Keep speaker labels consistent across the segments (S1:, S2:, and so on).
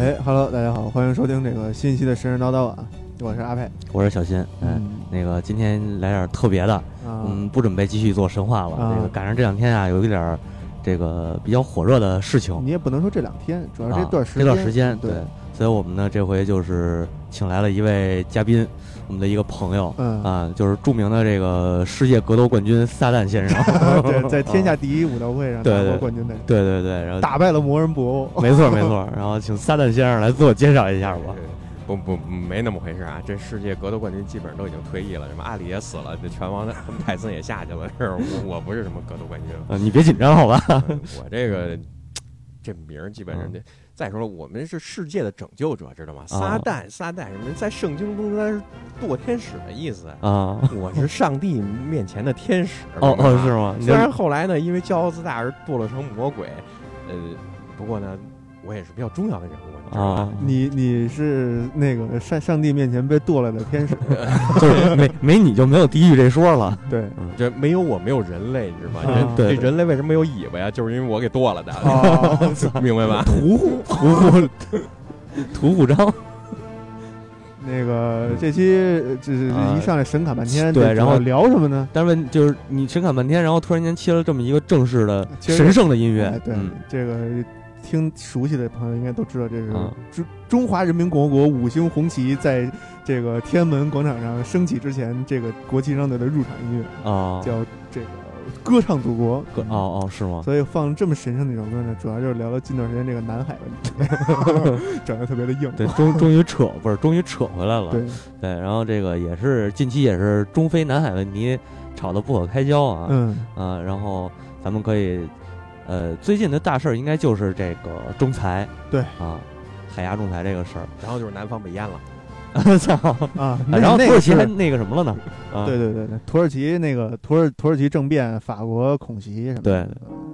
S1: 哎 Hello，大家好，欢迎收听这个新一期的《神神叨叨》啊，我是阿佩。
S2: 我是小新，嗯，那个今天来点特别的，
S1: 啊，
S2: 嗯，不准备继续做神话了。
S1: 啊
S2: 这个赶上这两天啊，有一点儿这个比较火热的事情
S1: 你也不能说这两天，主要
S2: 啊
S1: 嗯这，段时
S2: 这
S1: 间，
S2: 段时间
S1: 对
S2: 所以我们呢这回就是请来了一位嘉宾，我们的一个朋友。
S1: 嗯，
S2: 啊，就是著名的这个世界格斗冠军撒旦先生，
S1: 对，在 天下第一武道会上
S2: 对
S1: 拿
S2: 对
S1: 过冠军的人，
S2: 对对对，然后
S1: 打败了魔人布欧。
S2: 没错没错，然后请撒旦先生来自我介绍一下吧。
S3: 不不，没那么回事啊！这世界格斗冠军基本上都已经退役了，什么阿里也死了，这拳王的 他们泰森也下去了。是我我不是什么格斗冠军，
S2: 呃，你别紧张好吧？
S3: 嗯我这个这名儿基本上
S2: 嗯啊
S3: 这。再说了，我们是世界的拯救者，知道吗？撒旦，撒旦，什么在圣经中它是堕天使的意思。
S2: 啊，
S3: 我是上帝面前的天使。
S2: 哦
S3: 明白
S2: 哦
S3: 吗
S2: 是吗？你
S3: 虽
S2: 这
S3: 然后来呢，因为骄傲自大而堕落成魔鬼，呃，不过呢，我也是比较重要的人物，你知道吗？
S2: 啊，
S1: 你你是那个上上帝面前被剁了的天 使，
S2: 就是没没你就没有地狱这说了。
S1: 对，
S3: 这没有我没有人类，你知道吗？
S1: 啊
S3: 人
S2: 对
S3: 这人类为什么有尾巴呀？就是因为我给剁了的，
S1: 哦，
S3: 明白吧？
S2: 屠户，屠户，屠户章，
S1: 那个这期呃这是
S2: 啊
S1: 一上来神侃半天，
S2: 对
S1: 这
S2: 然后
S1: 主要聊什么呢？
S2: 但是问就是你神侃半天，然后突然间切了这么一个正式的
S1: 其实
S2: 神圣的音乐
S1: 哎，对
S2: 嗯，
S1: 这个听熟悉的朋友应该都知道，这是
S2: 嗯
S1: 中中华人民共和国五星红旗在这个天安门广场上升起之前，这个国旗上的入场音乐
S2: 啊，
S1: 叫这个歌唱祖国。
S2: 歌哦哦是吗？
S1: 所以放这么神圣的一首歌呢，主要就是聊聊近段时间这个南海问 题，整的特别的硬。
S2: 对，终终于扯不是，终于扯回来了。
S1: 对，
S2: 对然后这个也是近期也是中非南海问题吵得不可开交啊，
S1: 嗯，
S2: 啊，然后咱们可以，呃，最近的大事儿应该就是这个仲裁，
S1: 对
S2: 啊，海牙仲裁这个事儿，
S3: 然后就是南方北淹了，
S2: 操，
S1: 啊，那
S2: 然后
S1: 那
S2: 土耳其
S1: 是
S2: 还那个什么了呢？ 啊，
S1: 对对对对，土耳其那个土耳土耳其政变，法国恐袭什么的，
S2: 对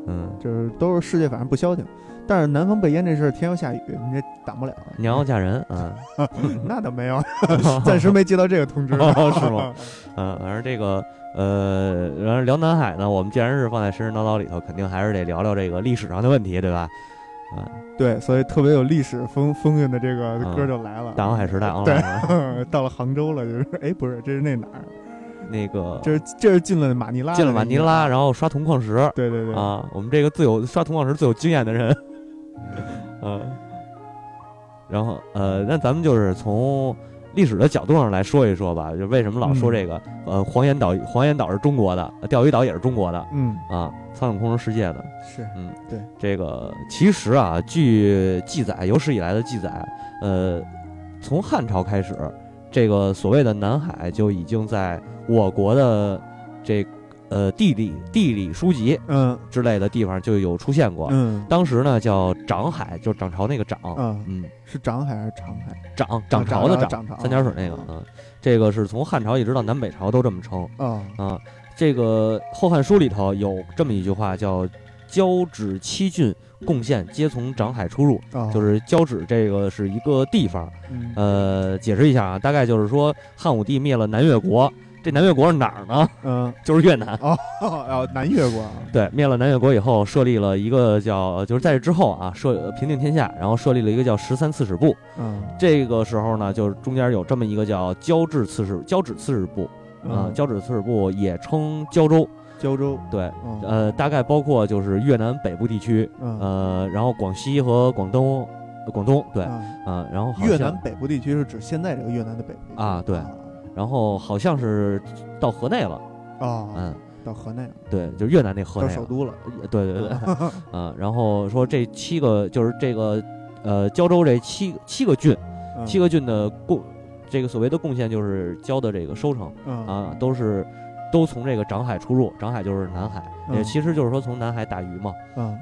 S2: 嗯，
S1: 就是都是世界反正不消停。但是南方被淹这事儿，天要下雨，你这挡不了。
S2: 娘要嫁人啊。
S1: 那倒 没有，暂时没接到这个通知。
S2: 哦，是吗？嗯，反正这个呃，然后聊南海呢，我们既然是放在神神叨叨里头，肯定还是得聊聊这个历史上的问题，对吧？啊，
S1: 对，所以特别有历史风风韵的这个
S2: 嗯
S1: 歌就来了。
S2: 大航海时代，昂
S1: 对
S2: 莱啊，
S1: 到了杭州了，就是哎，不是，这是那哪儿？
S2: 那个
S1: 这是这是进了马尼拉的那个，
S2: 进了马尼拉，然后刷铜矿石
S1: 对对对，
S2: 啊，我们这个最有刷铜矿石最有经验的人， 嗯、然后呃，那咱们就是从。历史的角度上来说一说吧，就为什么老说这个，呃，黄岩岛，黄岩岛是中国的，呃钓鱼岛也是中国的
S1: 嗯，
S2: 啊，苍井空是世界的，
S1: 是
S2: 嗯，
S1: 对，
S2: 这个其实啊，据记载，有史以来的记载，呃，从汉朝开始，这个所谓的南海就已经在我国的这呃地理地理书籍
S1: 嗯
S2: 之类的地方就有出现过。
S1: 嗯
S2: 当时呢叫涨海，就是涨潮那个涨，
S1: 啊，
S2: 嗯，
S1: 是长海还是长海？啊
S2: 涨涨潮的涨，
S1: 涨潮，
S2: 三点水那个，嗯，这个是从汉朝一直到南北朝都这么称。
S1: 啊，
S2: 啊，这个《后汉书》里头有这么一句话，叫“交趾七郡贡献皆从长海出入
S1: 啊”，
S2: 就是是交趾这个是一个地方。
S1: 嗯
S2: 呃，解释一下啊，大概就是说汉武帝灭了南越国，这南越国是哪儿呢？
S1: 嗯，
S2: 就是越南。
S1: 哦 哦，南越国啊，
S2: 对，灭了南越国以后，设立了一个叫，就是在这之后啊，设平定天下，然后设立了一个叫十三刺史部。
S1: 嗯
S2: 这个时候呢，就是中间有这么一个叫交趾刺史交趾刺史部啊，
S1: 嗯
S2: 交趾刺史部也称胶州。
S1: 胶州，
S2: 对，
S1: 嗯
S2: 呃，大概包括就是越南北部地区，
S1: 嗯
S2: 呃，然后广西和广东，呃广东对，啊、
S1: 嗯
S2: 然后好像
S1: 越南，北部地区是指现在这个越南的北部地区
S2: 啊对然后好像是到河内了，
S1: 哦，
S2: 嗯，
S1: 到河内了，
S2: 对，就是越南那河
S1: 到
S2: 内
S1: 首
S2: 了，
S1: 都了，
S2: 呃对对对，
S1: 嗯
S2: 啊、然后说这七个就是这个，呃，胶州这七七个郡，
S1: 嗯
S2: 七个郡的贡，这个所谓的贡献就是交的这个收成
S1: 嗯
S2: 啊，都是。都从这个长海出入，长海就是南海，也
S1: 嗯
S2: 其实就是说从南海打鱼嘛。
S1: 嗯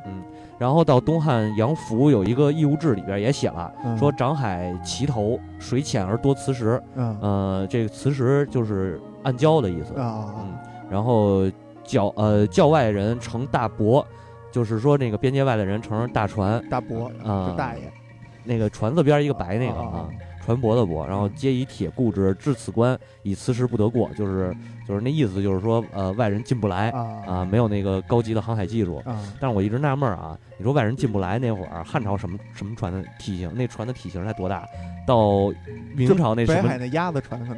S2: 然后到东汉杨福有一个《义务志》里边也写了，
S1: 嗯
S2: 说长海齐头，水浅而多磁石。
S1: 嗯啊
S2: 呃，这个磁石就是暗礁的意思。
S1: 啊
S2: 嗯，然后教呃教外人乘大舶，就是说那个边界外的人乘着大船，
S1: 大伯
S2: 啊
S1: 就大爷
S2: 那个船字边一个白那个
S1: 啊啊
S2: 啊，船舶的舶，然后皆以铁固之，至此关，以磁石不得过，就是
S1: 嗯
S2: 就是那意思，就是说呃外人进不来
S1: 啊
S2: 啊，没有那个高级的航海技术。
S1: 啊，
S2: 但是我一直纳闷儿啊，你说外人进不来那会儿，汉朝什么什么船的体型？那船的体型才多大？到明朝那
S1: 北
S2: 什么
S1: 海那鸭子船可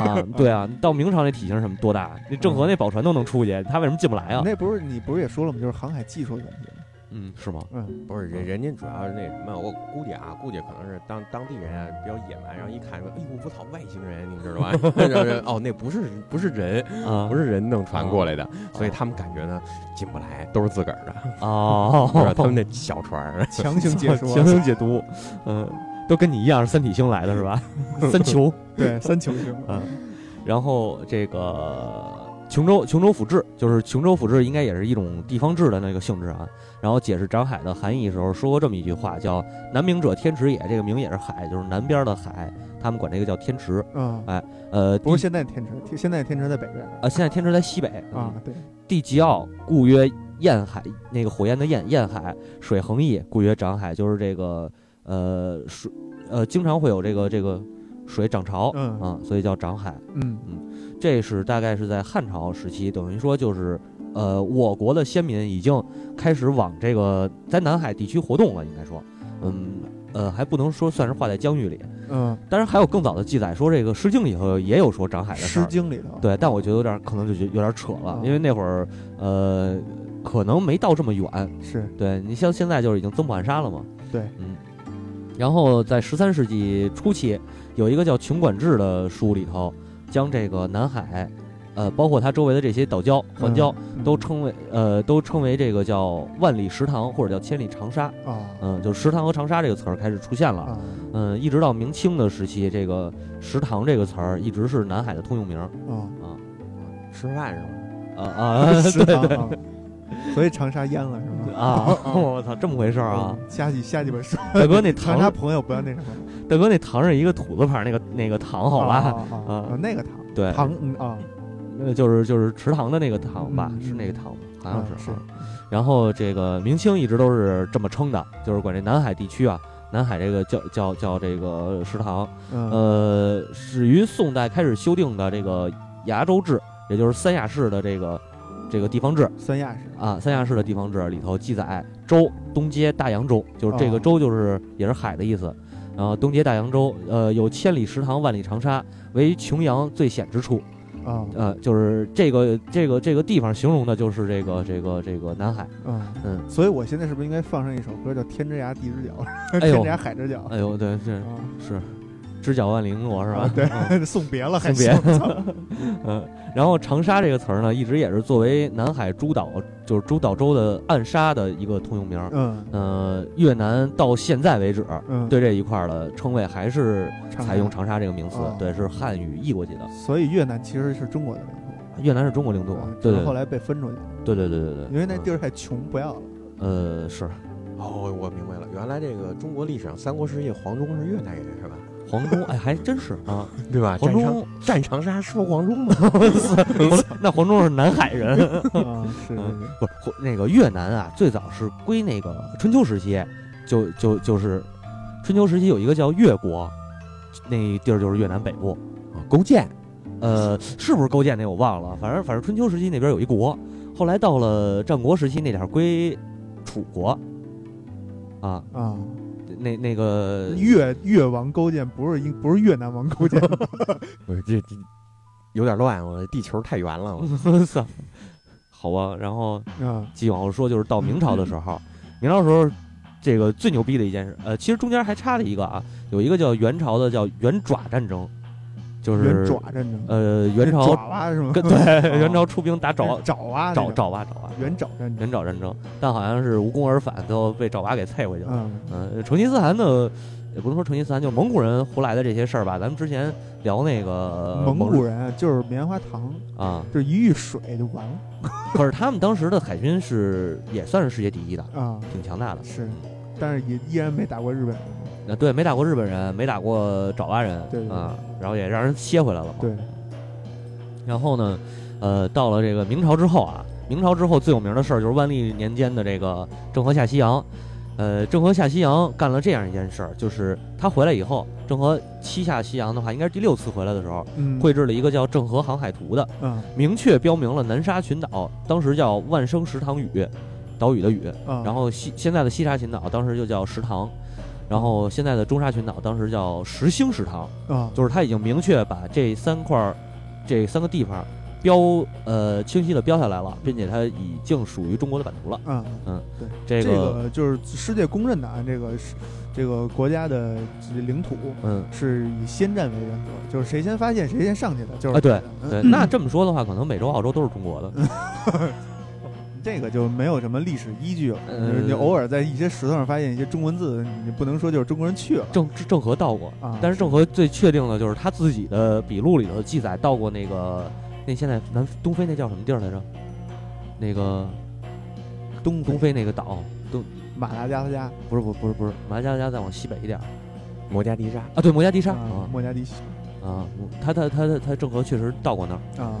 S1: 能
S2: 啊？对啊，到明朝那体型什么多大？那郑和那宝船都能出去，他为什么进不来啊？
S1: 那不是你不是也说了吗？就是航海技术的问题。
S2: 嗯，是吗？
S1: 嗯，
S3: 不是人，人家主要是那什么，我估计啊，估计可能是当当地人啊比较野蛮，然后一看说，哎呦，我操，外星人，你知道吧？ 然后哦，那不是不是人，
S2: 啊，
S3: 不
S2: 是
S3: 是人弄船过来的，所以他们感觉呢进不来，都是自个儿 的，是吧？
S2: 哦，
S3: 他 们那小船儿，
S1: 强行解 说，
S2: 强行解读，嗯，都跟你一样是三体星来的是吧？ 三球，
S1: 对三球星
S2: 嗯，然后这个琼州琼州府志，就是琼州府志应该也是一种地方志的那个性质啊。然后解释长海的含义的时候说过这么一句话，叫“南明者天池也”，这个明也是海，就是南边的海，他们管这个叫天池。
S1: 嗯，
S2: 呃，
S1: 不是
S2: 地
S1: 现在天池，现在天池在北边
S2: 呃，现在天池在西北
S1: 啊
S2: 嗯，
S1: 对，
S2: 地极奥故曰焰海，那个火焰的焰，焰海；水恒毅故曰长海，就是这个呃水呃经常会有这个这个水涨潮啊、
S1: 嗯
S2: 所以叫长海。
S1: 嗯
S2: 这是大概是在汉朝时期，等于说就是，呃，我国的先民已经开始往这个在南海地区活动了，应该说，嗯，呃，还不能说算是画在疆域里。
S1: 嗯，
S2: 当然还有更早的记载，说这个《诗经》里头也有说长海
S1: 《
S2: 的事儿
S1: 诗，经》里头，
S2: 对，但我觉得有点可能就觉得有点扯了
S1: 啊，
S2: 因为那会儿，呃，可能没到这么远。
S1: 是
S2: 对你像现在就是已经曾管杀了嘛，
S1: 对，
S2: 嗯。然后在十三世纪初期，有一个叫琼管志的书里头，将这个南海，呃，包括它周围的这些岛礁、环礁，
S1: 嗯
S2: 都称为呃，都称为这个叫万里石塘或者叫千里长沙，
S1: 啊
S2: 嗯、就石塘和长沙这个词儿开始出现了，
S1: 啊
S2: 嗯、一直到明清的时期，这个石塘这个词儿一直是南海的通用名儿，
S1: 啊，
S3: 吃饭是吗？
S2: 啊啊，
S1: 是
S2: 对
S1: 的
S2: 对
S1: 啊，所以长沙淹了是吗？
S2: 啊，
S1: 哦
S2: 我操，这么回事儿啊，
S1: 嗯，下几下几本书，
S2: 大哥那
S1: 长
S2: 塘
S1: 沙
S2: 是，
S1: 朋友不要那什么，
S2: 大哥那塘是一个土字旁那个那个塘，好吧？
S1: 啊啊啊
S2: 啊
S1: 啊，那个糖
S2: 对，
S1: 糖嗯啊，
S2: 呃，就是就是池塘的那个塘吧，
S1: 嗯
S2: 是那个塘，好像是。
S1: 啊是
S2: 啊然后这个明清一直都是这么称的，就是管这南海地区啊，南海这个叫叫叫这个石塘。
S1: 嗯
S2: 呃，始于宋代开始修订的这个崖州志，也就是三亚市的这个这个地方志
S1: 三亚是
S2: 啊，三亚市的地方志里头记载州东接大洋洲，就是这
S1: 哦
S2: 个州就是也是海的意思。然后东接大洋洲，呃，有千里石塘，万里长沙，为琼阳最险之处。
S1: 啊
S2: 呃，就是这个这个这个地方形容的就是这个这个这个南海。
S1: 嗯
S2: 嗯
S1: 所以我现在是不是应该放上一首歌叫《天之涯地之角》，
S2: 哎
S1: 天
S2: 呦
S1: 之涯海之角
S2: 哎呦，对，这
S1: 啊？
S2: 是知晓万里英罗是吧
S1: 啊？ 对
S2: 嗯
S1: 送别了，还
S2: 送别
S1: 送操
S2: 嗯，然后长沙这个词儿呢，一直也是作为南海诸岛，就是诸岛州的暗沙的一个通用名儿。
S1: 嗯
S2: 呃，越南到现在为止，
S1: 嗯，
S2: 对这一块儿的称谓还是
S1: 长
S2: 采用
S1: 沙。
S2: 长沙这个名词
S1: 哦，
S2: 对，是汉语译过去的。
S1: 所以越南其实是中国的领土，
S2: 越南是中国领土
S1: 啊，
S2: 对
S1: 只是
S2: 对
S1: 后来被分出去，
S2: 对对对对对，
S1: 因为那地
S2: 儿
S1: 儿太穷，不 要了。
S2: 呃是
S3: 哦，我明白了，原来这个中国历史上三国时期黄忠是越南人是吧？
S2: 黄忠，哎，还真是啊，
S3: 对吧？
S2: 黄
S3: 占长
S2: 忠
S3: 占长沙说黄忠 吗？
S2: 黄那黄忠是南海人，
S1: 啊，是是是，
S2: 不是或那个越南啊，最早是归那个春秋时期，就就就是春秋时期有一个叫越国，那地儿就是越南北部。
S3: 哦勾践
S2: 呃，是不是勾践那我忘了，反正反正春秋时期那边有一国，后来到了战国时期那点儿归楚国，啊，
S1: 啊，
S2: 那那个
S1: 越越王勾践不是英，不是越南王勾践，
S3: 不是这这有点乱，我地球太圆
S2: 嗯
S3: 了。我
S2: 操 好吧，然后
S1: 啊，
S2: 继续往后说，就是到明朝的时候，
S1: 嗯
S2: 明朝的时候，这个最牛逼的一件事，呃，其实中间还差了一个啊，有一个叫元朝的叫元爪战争，就是
S1: 人爪战争，
S2: 呃元
S1: 那
S2: 朝
S1: 爪啊哇是吗？
S2: 跟 对元朝出兵打爪
S1: 爪哇啊那
S2: 爪
S1: 个
S2: 爪哇爪哇
S1: 元爪战争，
S2: 元爪战争，但好像是无功而返，最后被爪哇给退回去了。
S1: 嗯
S2: 嗯、成吉思汗的也不能说成吉思汗，就是蒙古人胡来的这些事儿吧，咱们之前聊那个
S1: 蒙古人啊就是棉花糖，
S2: 啊，
S1: 就是一遇水就完了
S2: 可是他们当时的海军是也算是世界第一的，
S1: 啊，
S2: 挺强大的。
S1: 是，但是也依然没打过日本人，
S2: 呃，对，没打过日本人，没打过爪哇人，
S1: 对对对
S2: 啊，然后也让人歇回来了嘛。
S1: 对，
S2: 然后呢，呃，到了这个明朝之后啊，明朝之后最有名的事儿就是万历年间的这个郑和下西洋。呃，郑和下西洋干了这样一件事儿，就是他回来以后，郑和七下西洋的话，应该是第六次回来的时候，
S1: 嗯，
S2: 绘制了一个叫《郑和航海图》的，
S1: 啊
S2: 明确标明了南沙群岛，当时叫万生石堂屿，岛屿的屿，
S1: 啊，
S2: 然后西现在的西沙群岛当时就叫石堂，然后现在的中沙群岛当时叫石兴石堂，
S1: 啊，
S2: 就是他已经明确把这三块儿这三个地方标呃清晰的标下来了，并且它已经属于中国的版图了。
S1: 啊，
S2: 这
S1: 这
S2: 个、
S1: 个就是世界公认的啊，这个是这个国家的领土
S2: 嗯。
S1: 是以先占为原则，就是谁先发现谁先上去的，就是
S2: 啊，对
S1: 嗯
S2: 对，那这么说的话，可能美洲、澳洲都是中国的。
S1: 这个就没有什么历史依据了。
S2: 呃
S1: 就是你偶尔在一些石头上发现一些中文字，你不能说就是中国人去了
S2: 郑郑和到过，
S1: 啊。
S2: 但是郑和最确定的就是他自己的笔录里头记载到过那个那现在南东非那叫什么地儿来着？那个
S1: 东
S2: 东非那个岛，东
S1: 马达加斯加
S2: 不是不是不是不是马达加斯加再往西北一点儿
S3: 摩加迪沙，
S2: 啊，对，摩加迪沙
S1: 啊
S2: 啊，
S1: 莫加迪西
S2: 啊，他他他他他郑和确实到过那儿，
S1: 啊。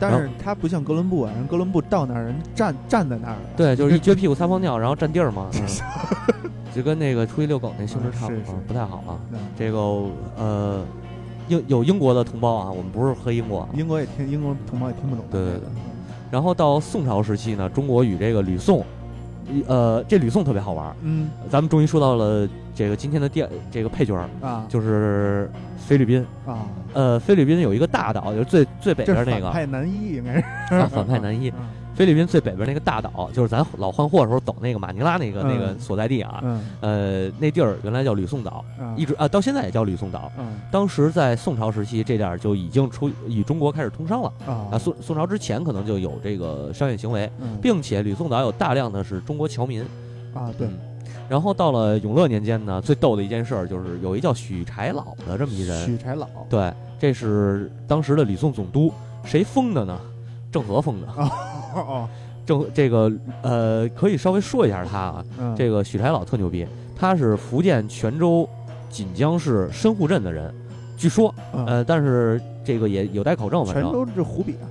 S1: 但是他不像哥伦布啊，人哥伦布到那儿人站站在那儿了呀，
S2: 对，就是 一撅屁股撒泡尿，然后占地儿 嘛，嗯就跟那个出去遛狗那性质差不
S1: 啊是
S2: 多
S1: 是，
S2: 不太好啊。
S1: 嗯
S2: 这个呃，英有英国的同胞啊，我们不是黑英国啊。
S1: 英国也听英国同胞也听不懂啊。
S2: 对对
S1: 这个
S2: 对然后到宋朝时期呢，中国与这个吕宋，一呃，这吕宋特别好玩儿。
S1: 嗯
S2: 咱们终于说到了这个今天的第这个配角儿，
S1: 啊
S2: 嗯就是菲律宾。
S1: 啊，
S2: 呃，菲律宾有一个大岛，就是最最北
S1: 这
S2: 边
S1: 是
S2: 儿那个
S1: 反派男一应该是
S2: 啊反派男一。
S1: 嗯
S2: 菲律宾最北边那个大岛，就是咱老换货的时候走那个马尼拉那个、那个
S1: 嗯
S2: 所在地啊。
S1: 嗯
S2: 呃，那地儿原来叫吕宋岛，
S1: 嗯
S2: 一直啊到现在也叫吕宋岛。
S1: 嗯
S2: 当时在宋朝时期，这点儿就已经出与中国开始通商了
S1: 啊
S2: 啊。宋宋朝之前可能就有这个商业行为，
S1: 嗯
S2: 并且吕宋岛有大量的是中国侨民。
S1: 啊对
S2: 嗯然后到了永乐年间呢，最逗的一件事儿就是有一叫许柴老的这么一人，
S1: 许柴老
S2: 对，这是当时的吕宋总督，谁封的呢？郑和封的。
S1: 哦
S2: 郑这个呃，可以稍微说一下他啊，
S1: 嗯
S2: 这个许柴老特牛逼，他是福建泉州锦江市深户镇的人，据说
S1: 嗯
S2: 呃，但是这个也有待考证，反
S1: 全
S2: 正
S1: 都是湖北啊，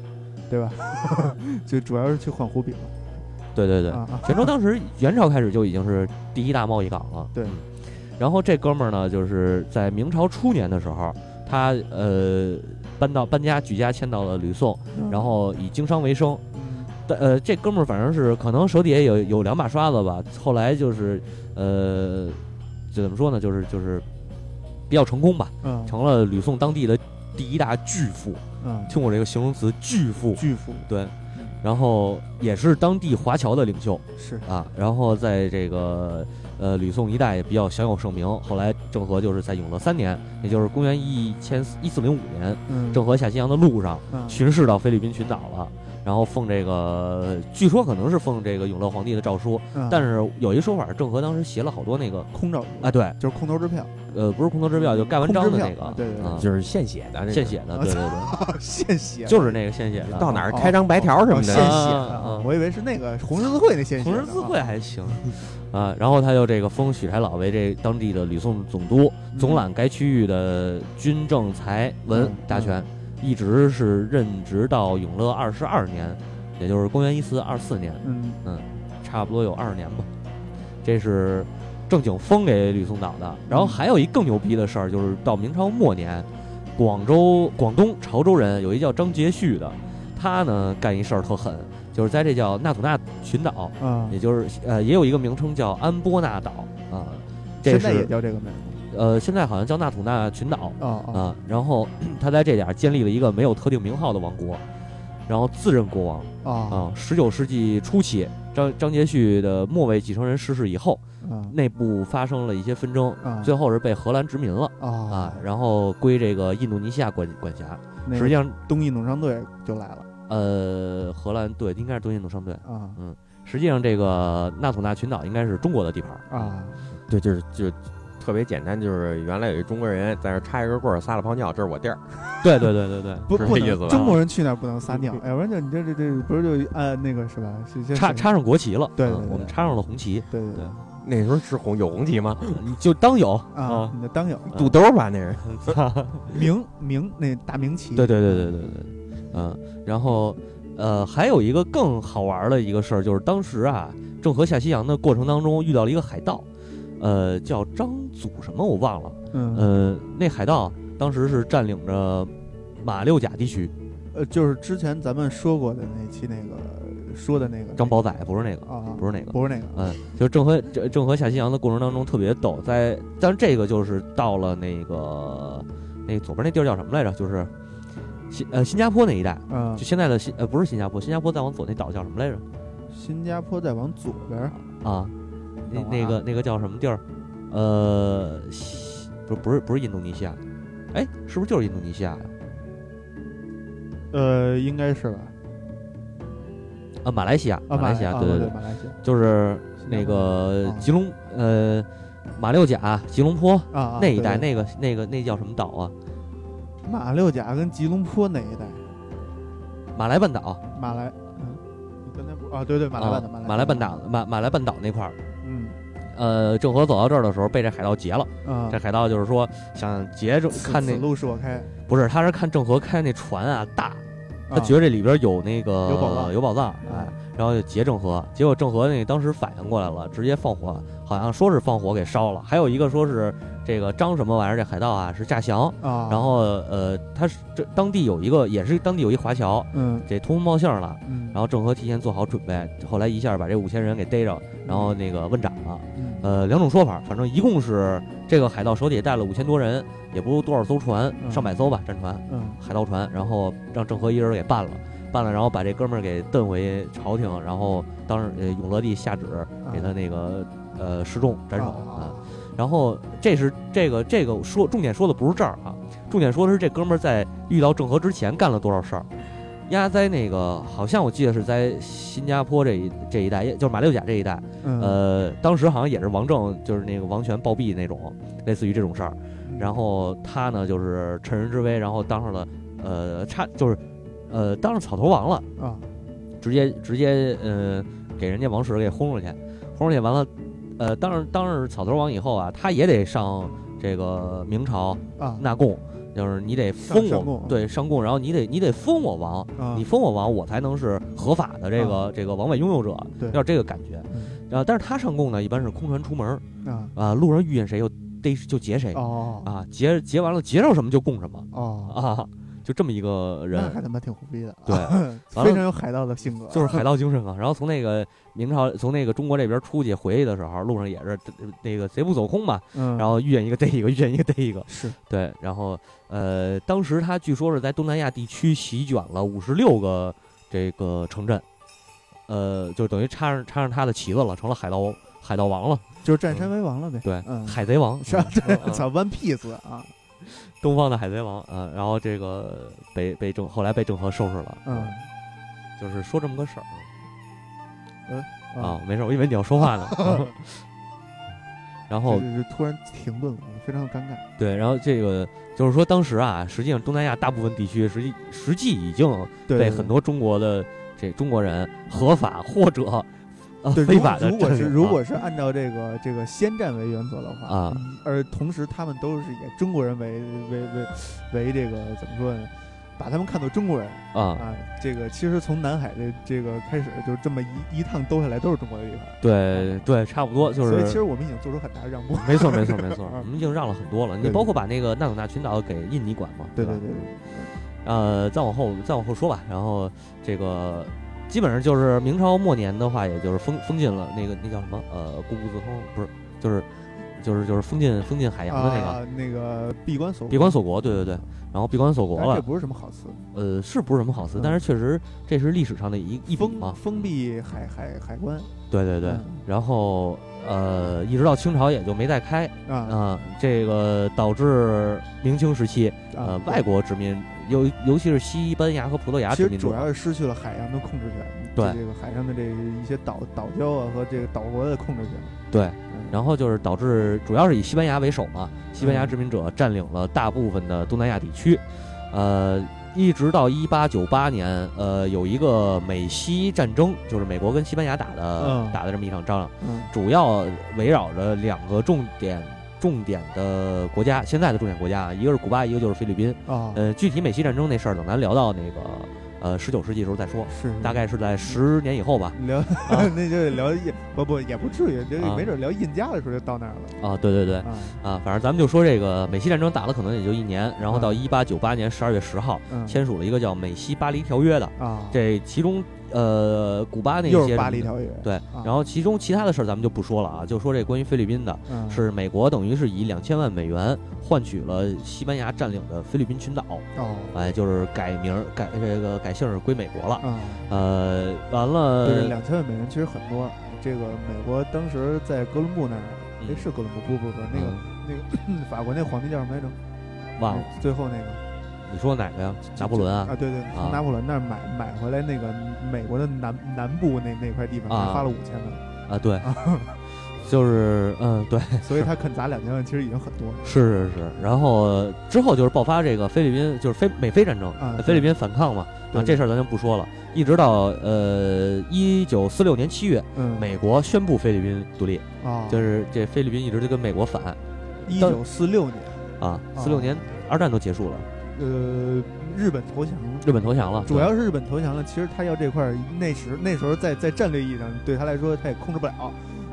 S1: 对吧？ 就主要是去换湖北嘛。
S2: 对对对，
S1: 啊
S2: 泉州当时元朝开始就已经是第一大贸易港了，
S1: 对
S2: 嗯然后这哥们儿呢，就是在明朝初年的时候，他呃搬到搬家举家迁到了吕宋，
S1: 嗯
S2: 然后以经商为生，
S1: 嗯
S2: 但呃，这哥们儿反正是可能手底下有有两把刷子吧。后来就是呃，就怎么说呢，就是就是比较成功吧，
S1: 嗯
S2: 成了吕宋当地的第一大巨富。
S1: 嗯
S2: 听我这个形容词，巨富。
S1: 巨富
S2: 对，然后也是当地华侨的领袖
S1: 是
S2: 啊。然后在这个呃吕宋一带也比较享有盛名。后来郑和就是在永乐三年，也就是公元一千一四零五年，
S1: 嗯
S2: 郑和下西洋的路上。
S1: 嗯
S2: 巡视到菲律宾群岛了，然后奉这个，据说可能是奉这个永乐皇帝的诏书，
S1: 嗯
S2: 但是有一说法，郑和当时携了好多那个，
S1: 空照
S2: 啊，对，
S1: 就是空头支票，
S2: 呃，不是空头支票，就盖完章的那
S1: 空支
S2: 个
S1: 票，对对对
S2: 啊，
S3: 就是献血的那个
S2: 献血 的，对对对，
S1: 献血
S2: 就是那个献血的，
S3: 到哪儿
S1: 哦
S3: 开张白条什么
S1: 献
S2: 哦
S1: 血
S3: 的，
S2: 啊啊
S1: 的，我以为是那个红十字会那献血
S2: 红
S1: 的啊，
S2: 十字会还行啊，然后他就这个封许柴老为这当地的吕宋总督，
S1: 嗯
S2: 总揽该区域的军政财文
S1: 嗯
S2: 大权，一直是任职到永乐二十二年，也就是公元一四二四年。
S1: 嗯
S2: 差不多有二十年吧。这是正经封给吕宋岛的。然后还有一更牛逼的事儿，就是到明朝末年，广州广东潮州人有一叫张杰旭的，他呢干一事儿特狠，就是在这叫纳土纳群岛，
S1: 啊
S2: 也，就是呃也有一个名称叫安波纳岛啊、这
S1: 现在也
S2: 是
S1: 叫这个名字
S2: 呃现在好像叫纳土纳群岛
S1: 啊
S2: 啊、
S1: 啊
S2: 然后他在这点儿建立了一个没有特定名号的王国，然后自认国王。
S1: 啊
S2: 啊，十九世纪初期，张张杰旭的末位继承人逝世以后，
S1: 啊
S2: 内部发生了一些纷争，
S1: 啊
S2: 最后是被荷兰殖民了
S1: 啊
S2: 啊，然后归这个印度尼西亚管管辖。
S1: 那个
S2: 实际上，
S1: 东印度商队就来了
S2: 呃，荷兰对，应该是东印度商队。
S1: 啊
S2: 实际上，这个纳土纳群岛应该是中国的地盘儿。
S1: 啊
S2: 嗯
S3: 对，就是就特别简单，就是原来有一中国人在那儿插一根棍儿撒了泡尿，这是我地儿，
S2: 对对对对对，
S1: 不
S3: 是
S1: 不
S3: 这意思
S1: 能
S3: 吧
S1: 中国人去那儿不能撒尿，要不然就你这这这不是就按那个是吧？是是
S2: 插插上国旗了，
S1: 对
S2: 嗯
S1: 对对
S2: 我们插上了红旗，
S1: 对对对
S3: 那时候是红有红旗吗？
S2: 你嗯就当有
S1: 啊，，你的当
S2: 嗯
S1: 有
S3: 肚兜吧，那是。
S1: 明明那大明旗
S2: 嗯对对对对对对，嗯，然后呃，还有一个更好玩的一个事儿，就是当时啊，郑和下西洋的过程当中遇到了一个海盗，呃，叫张祖什么我忘了，
S1: 嗯
S2: 呃，那海盗当时是占领着马六甲地区，
S1: 呃，就是之前咱们说过的那期那个说的那个
S2: 张宝仔不是那个，
S1: 啊，
S2: 不是那个，
S1: 不是那个，
S2: 嗯，就是郑和郑郑和下西洋的过程当中特别逗，在但是这个就是到了那个那左边那地儿叫什么来着？就是新呃新加坡那一带，
S1: 嗯
S2: 就，现在的新呃不是新加坡，新加坡再往左那岛叫什么来着？
S1: 新加坡再往左边儿，
S2: 啊，那
S1: 懂了
S2: 那
S1: 啊
S2: 个那个叫什么地儿？呃，西不是不是不是印度尼西亚，哎，是不是就是印度尼西亚呀？
S1: 呃，应该是吧？
S2: 啊，马来西亚，
S1: 啊，
S2: 马来西亚，对
S1: 对，
S2: 对对，
S1: 马来西亚
S2: 就是那
S1: 新加
S2: 个
S1: 坡
S2: 吉隆呃马六甲、吉隆坡
S1: 啊啊
S2: 那一带，
S1: 对
S2: 那个那个那叫什么岛啊？
S1: 对马六甲跟吉隆坡那一带，
S2: 马来半岛。
S1: 马来，嗯，你刚才不啊？对对，马来半岛，
S2: 啊
S1: 马
S2: 马
S1: 来
S2: 来半，岛马马来半岛那块儿，
S1: 嗯
S2: 呃，郑和走到这儿的时候被这海盗劫了。
S1: 啊
S2: 这，海盗就是说想劫着
S1: 此
S2: 看
S1: 此
S2: 那
S1: 路是我开，
S2: 不是，他是看郑和开那船啊大，他
S1: 啊
S2: 觉得这里边有那个
S1: 有宝藏
S2: 有宝藏，哎，然后就劫郑和。结果郑和那当时反应过来了，直接放火，好像说是放火给烧了，还有一个说是这个张什么玩意儿这海盗啊是诈降。
S1: 啊，
S2: 然后呃，他是这当地有一个也是当地有一华侨，
S1: 嗯
S2: 这通风报信儿了。
S1: 嗯，
S2: 然后郑和提前做好准备，后来一下把这五千人给逮着，然后那个问斩了。
S1: 嗯
S2: 呃，两种说法，反正一共是这个海盗手底下带了五千多人，也不多少艘船，
S1: 嗯
S2: 上百艘吧，战船、
S1: 嗯
S2: 海盗船，然后让郑和一人给办了，办了，然后把这哥们儿给蹬回朝廷，然后当时呃永乐帝下旨
S1: 啊
S2: 给他那个呃示众斩首啊。
S1: 啊
S2: 然后这是这个这个说重点说的不是这儿啊，重点说的是这哥们儿在遇到郑和之前干了多少事儿。压在那个，好像我记得是在新加坡这一这一带，也就是马六甲这一带，
S1: 嗯
S2: 呃，当时好像也是王政，就是那个王权暴毙那种，类似于这种事儿。
S1: 嗯
S2: 然后他呢，就是趁人之危，然后当上了，呃，差就是，呃，当上草头王了，
S1: 啊
S2: 直接直接，呃，给人家王室给轰出去，轰出去完了，呃，当上当上草头王以后啊，他也得上这个明朝
S1: 啊
S2: 纳贡，就是你得
S1: 上
S2: 封
S1: 上
S2: 我
S1: 贡，
S2: 对上贡，然后你得你得封我王，
S1: 啊
S2: 你封我王，我才能是合法的这个、
S1: 啊
S2: 这个王位拥有者，
S1: 对
S2: 要是这个感觉。
S1: 嗯
S2: 然后，但是他上贡呢，一般是空船出门儿
S1: 啊
S2: 啊，路上遇见谁就逮就劫谁
S1: 哦
S2: 啊，劫劫完了劫着什么就供什么
S1: 哦，
S2: 啊，就这么一个
S1: 那
S2: 人，
S1: 还他妈挺胡逼的，
S2: 对，完
S1: 非
S2: 了
S1: 常有海盗的性格，
S2: 就是海盗精神啊。然后从那个明朝从那个中国这边出去回去的时候，路上也是呃那个贼不走空嘛，
S1: 嗯，
S2: 然后遇见一个逮一个，遇见一个逮一个，
S1: 是
S2: 对，然后呃，当时他据说是在东南亚地区席卷了五十六个这个城镇，呃，就等于插上插上他的旗子了，成了海盗海盗王了，
S1: 就是占山为王了呗，
S2: 对，
S1: 嗯，
S2: 海贼王，
S1: 是啊，这
S2: 嗯
S1: 操 One Piece 啊，
S2: 东方的海贼王啊、呃然后这个被被郑后来被郑和收拾了，
S1: 嗯，
S2: 就是说这么个事儿
S1: 嗯
S2: 啊，没事，我以为你要说 话呢。然后
S1: 这这这突然停顿了，非常的尴尬。
S2: 对，然后这个就是说，当时啊，实际上东南亚大部分地区实际实际已经
S1: 对
S2: 被很多中国的这中国人合法或者呃
S1: 对
S2: 非法的
S1: 如果如果
S2: 占
S1: 是
S2: 领
S1: 如
S2: 啊
S1: 果是按照这个这个先战为原则的话嗯
S2: 啊，
S1: 而同时他们都是以中国人为为为为这个怎么说呢？把他们看作中国人
S2: 啊，
S1: 啊，这个其实从南海的这个开始，就这么一一趟兜下来都是中国的地方，
S2: 对对，差不多就
S1: 嗯所以其
S2: 是
S1: 实我们已经做出很大的让步。
S2: 没错没错没错
S1: ，啊
S2: 我们已经让了很多了。你
S1: 对
S2: 包括把那个纳鲁纳群岛给印尼管嘛，
S1: 对
S2: 吧
S1: 对？对对，
S2: 呃，再往后再往后说吧。然后这个基本上就是明朝末年的话，也就是封封禁了那个那叫什么呃固步自封，不是就是就是就是封禁封禁海洋的那个。
S1: 啊那个闭关锁
S2: 闭关锁国，对对对，然后闭关锁国
S1: 但这
S2: 了，
S1: 不是什么好词，
S2: 呃，是不是什么好词？
S1: 嗯
S2: 但是确实这是历史上的一一笔嘛
S1: 封，封闭海海海关。
S2: 对对对，
S1: 嗯
S2: 然后呃，一直到清朝也就没再开
S1: 啊
S2: 啊、这个导致明清时期，呃
S1: 啊，，
S2: 外国殖民，尤尤其是西班牙和葡萄牙
S1: 其
S2: 殖
S1: 实
S2: 民
S1: 主
S2: 者
S1: 要是失去了海洋的控制权，
S2: 对
S1: 就这个海上的这一些岛岛礁啊和这个岛国的控制权。
S2: 对，
S1: 嗯
S2: 然后就是导致主要是以西班牙为首嘛，西班牙
S1: 嗯
S2: 殖民者占领了大部分的东南亚地区，呃，一直到一八九八年，呃，有一个美西战争，就是美国跟西班牙打的、
S1: 嗯
S2: 打的这么一场仗，
S1: 嗯
S2: 主要围绕着两个重点重点的国家，现在的重点国家啊，一个是古巴，一个就是菲律宾。
S1: 啊
S2: 呃，具体美西战争那事儿，等咱聊到那个呃十九世纪时候再说，
S1: 是
S2: 大概是在十年以后吧。
S1: 聊， 那就聊印不不也不至于，这
S2: 啊
S1: 没准聊印加的时候就到那儿了
S2: 啊，对对对，
S1: 啊，
S2: 啊，反正咱们就说这个美西战争打了可能也就一年，然后到
S1: 嗯
S2: 一八九八年十二月十号
S1: 嗯
S2: 签署了一个叫《美西巴黎条约》的，
S1: 啊，
S2: 这其中呃古巴那些
S1: 又
S2: 什
S1: 是
S2: 么
S1: 巴黎
S2: 的
S1: 条约，
S2: 对
S1: 啊，
S2: 然后其中其他的事儿咱们就不说了啊，就说这关于菲律宾的，
S1: 嗯
S2: 是美国等于是以两千万美元换取了西班牙占领的菲律宾群岛，
S1: 哦
S2: 哎，就是改名儿改这个改姓儿归美国了。
S1: 啊，
S2: 呃，完
S1: 就是
S2: 了，
S1: 两千万美元其实很多，这个美国当时在哥伦布那儿，哎
S2: 嗯
S1: 是哥伦布不不不那个嗯法国那皇帝叫什么来着？
S2: 嗯忘了，
S1: 最后那个
S2: 你说哪个呀？拿破仑啊
S1: 啊，？对对，从拿破仑那儿买买回来那个美国的南南部那那块地方，
S2: 啊
S1: 他花了五千万，
S2: 啊，对，就是嗯，对。
S1: 所以他肯砸两千万其实已经很多了。
S2: 是是是，然后之后就是爆发这个菲律宾，就是菲美菲战争，
S1: 啊对
S2: 菲律宾反抗嘛，
S1: 对
S2: 啊，这事儿咱就不说了。一直到呃一九四六年七月，
S1: 嗯，
S2: 美国宣布菲律宾独立，
S1: 啊，
S2: 就是这菲律宾一直就跟美国反
S1: 一
S2: 当
S1: 九四六年，
S2: 啊，四六年二战都结束了，
S1: 呃，日本投降了。
S2: 日本投降了，
S1: 主要是日本投降了，其实他要这块儿那时那时候在在战略意义上对他来说他也控制不了。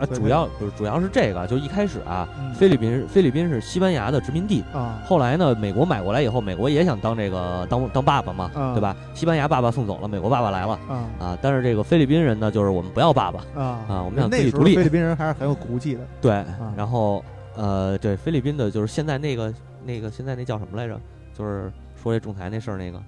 S2: 啊，主要不是主要是这个，就一开始啊，
S1: 嗯
S2: 菲律宾菲律宾是西班牙的殖民地。
S1: 啊
S2: 后来呢，美国买过来以后，美国也想当这个当当爸爸嘛，
S1: 啊
S2: 对吧？西班牙爸爸送走了，美国爸爸来了
S1: 啊
S2: 啊。但是这个菲律宾人呢，就是我们不要爸爸，
S1: 啊
S2: 啊我们想自
S1: 那
S2: 己
S1: 时
S2: 独
S1: 候
S2: 立
S1: 菲律宾人还是很有骨气的。
S2: 对， 然后呃，对菲律宾的，就是现在那个那个现在那叫什么来着？就是说这仲裁那事儿那个